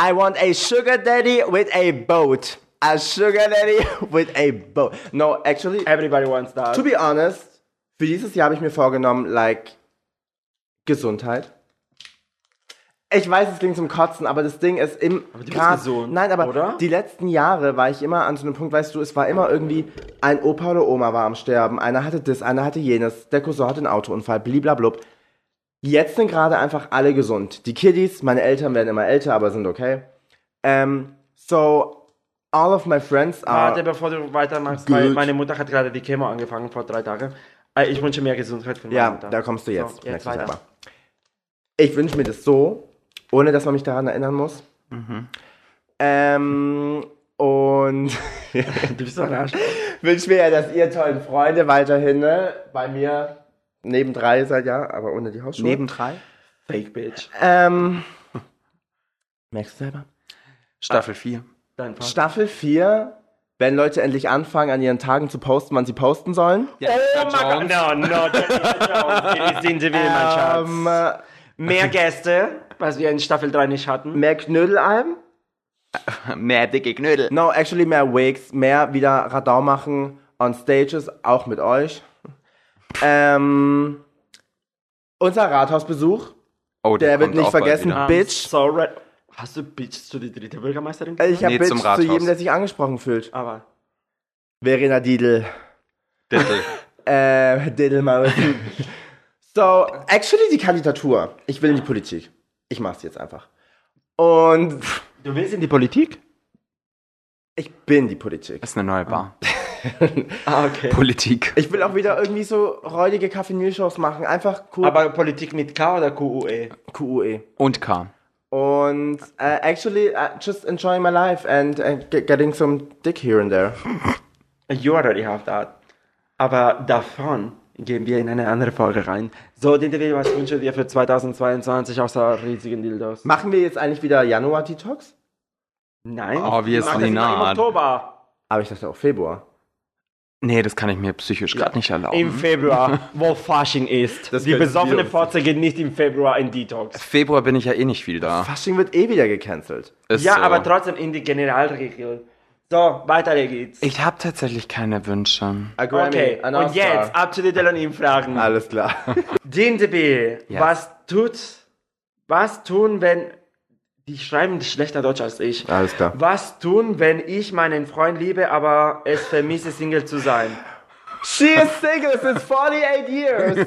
I want a sugar daddy with a boat. A sugar daddy with a boat. No, actually, Everybody wants that. to be honest, für dieses Jahr habe ich mir vorgenommen, like, Gesundheit. Ich weiß, es klingt zum Kotzen, aber das Ding ist im aber du bist gesund, Nein, aber oder? die letzten Jahre war ich immer an so einem Punkt, weißt du, es war immer irgendwie ein Opa oder Oma war am Sterben, einer hatte das, einer hatte jenes, der Cousin hatte einen Autounfall, bliblablub. Jetzt sind gerade einfach alle gesund. Die Kiddies, meine Eltern werden immer älter, aber sind okay. Ähm, so, all of my friends are... Ah. Warte, bevor du weitermachst, weil Gut. meine Mutter hat gerade die Chemo angefangen vor drei Tagen. Äh, Ich wünsche mehr Gesundheit für meine Ja, Mutter. da kommst du jetzt. So, jetzt merk ich weiter. aber. Ich wünsche mir das so, ohne dass man mich daran erinnern muss. Ähm, und Du bist so ein Arsch. wünsche mir ja, dass ihr tollen Freunde weiterhin ne, bei mir neben drei seid, ja, aber ohne die Hausschuhe. Neben drei? Fake Bitch. ähm, merkst du selber? Staffel 4. Dein Vater. Staffel 4, wenn Leute endlich anfangen, an ihren Tagen zu posten, wann sie posten sollen. Oh mein Gott, no, no, Jessica Jones. sind sie wieder, mein Ähm, Schatz. Mehr Gäste, was wir in Staffel 3 nicht hatten. mehr Knödelalben. Mehr dicke Knödel. No, actually mehr Wigs, mehr wieder Radau machen on stages, auch mit euch. Ähm, unser Rathausbesuch, Oh, der wird kommt nicht auch bald vergessen, wieder. Bitch. Äh, Sorry. Ähm, Hast du Bitch zu die dritte Bürgermeisterin? Ich habe Nee, Bitch zum zu Rathaus. jedem, der sich angesprochen fühlt. Aber Verena Diedl, Dittel. äh, Diddlemaus. so, actually die Kandidatur. Ich will in die Politik. Ich mach's jetzt einfach. Und du willst in die Politik? ich bin die Politik. Das ist eine neue Bar. Ah, okay. Politik. Ich will auch wieder irgendwie so räudige Kaffee-Shows machen. Einfach cool. E. Aber Politik mit K oder E? QUE? QUE. Und K. Und äh, actually, uh, just enjoying my life and äh, ge- getting some dick here and there. You already have that. Aber davon gehen wir in eine andere Folge rein. So, Dintevi, was wünschen wir für 2022 außer riesigen Dildos? Machen wir jetzt eigentlich wieder Januar-Detox? Nein. Obviously Wir machen das immer not. Im Oktober. Aber ich dachte auch Februar. Nee, das kann ich mir psychisch gerade nicht erlauben. Im Februar, wo Fasching ist. Das Die können wir besoffene uns- Fotze geht nicht im Februar in Detox. Februar bin ich ja eh nicht viel da. Fasching wird eh wieder gecancelt. Ist ja, so. aber trotzdem in die Generalregel. So, weiter geht's. Ich habe tatsächlich keine Wünsche. A Grammy, okay, an und Oscar. jetzt ab zu den Delonim-Fragen. Alles klar. Dintebi, Ja. was tut, was tun, wenn, die schreiben schlechter Deutsch als ich. Also. Alles klar. Was tun, wenn ich meinen Freund liebe, aber es vermisse, Single zu sein? She is single since 48 years.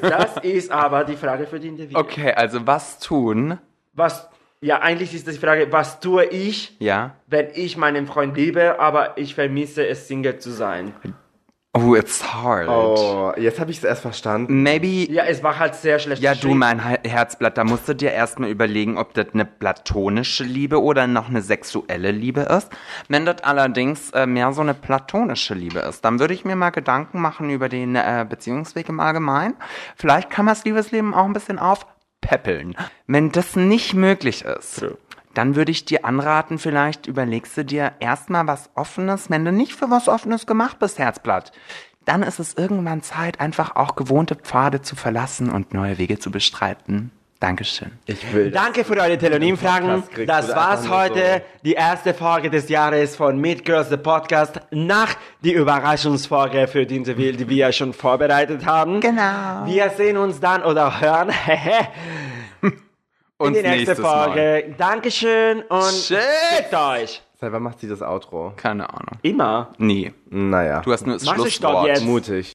Das ist aber die Frage für die Interview. Okay, also was tun? Was, ja, eigentlich ist die Frage, was tue ich, Ja. wenn ich meinen Freund liebe, aber ich vermisse es, Single zu sein? Oh, it's hard. Oh, jetzt habe ich es erst verstanden. Maybe. Ja, es war halt sehr schlecht. Ja, du, geschrieben. mein He- Herzblatt, da musst du dir erstmal überlegen, ob das eine platonische Liebe oder noch eine sexuelle Liebe ist. Wenn das allerdings äh, mehr so eine platonische Liebe ist, dann würde ich mir mal Gedanken machen über den äh, Beziehungsweg im Allgemeinen. Vielleicht kann man das Liebesleben auch ein bisschen aufpäppeln. Wenn das nicht möglich ist, dann würde ich dir anraten, vielleicht überlegst du dir erstmal was Offenes. Wenn du nicht für was Offenes gemacht bist, Herzblatt, dann ist es irgendwann Zeit, einfach auch gewohnte Pfade zu verlassen und neue Wege zu bestreiten. Dankeschön. Ich will. Danke für eure Telonym-Fragen. Podcast kriegst Das du war's einfach nur heute. Die erste Folge des Jahres von Meet Girls, the Podcast, nach die Überraschungsfolge für die Interview, die wir ja schon vorbereitet haben. Genau. Wir sehen uns dann oder hören in Und die nächste Folge. Dankeschön und Tschüss. fickt euch. Selber macht sie das Outro. Keine Ahnung. Immer. Nie. Naja. Du hast nur das Machst du Stopp Schlusswort. jetzt? mutig.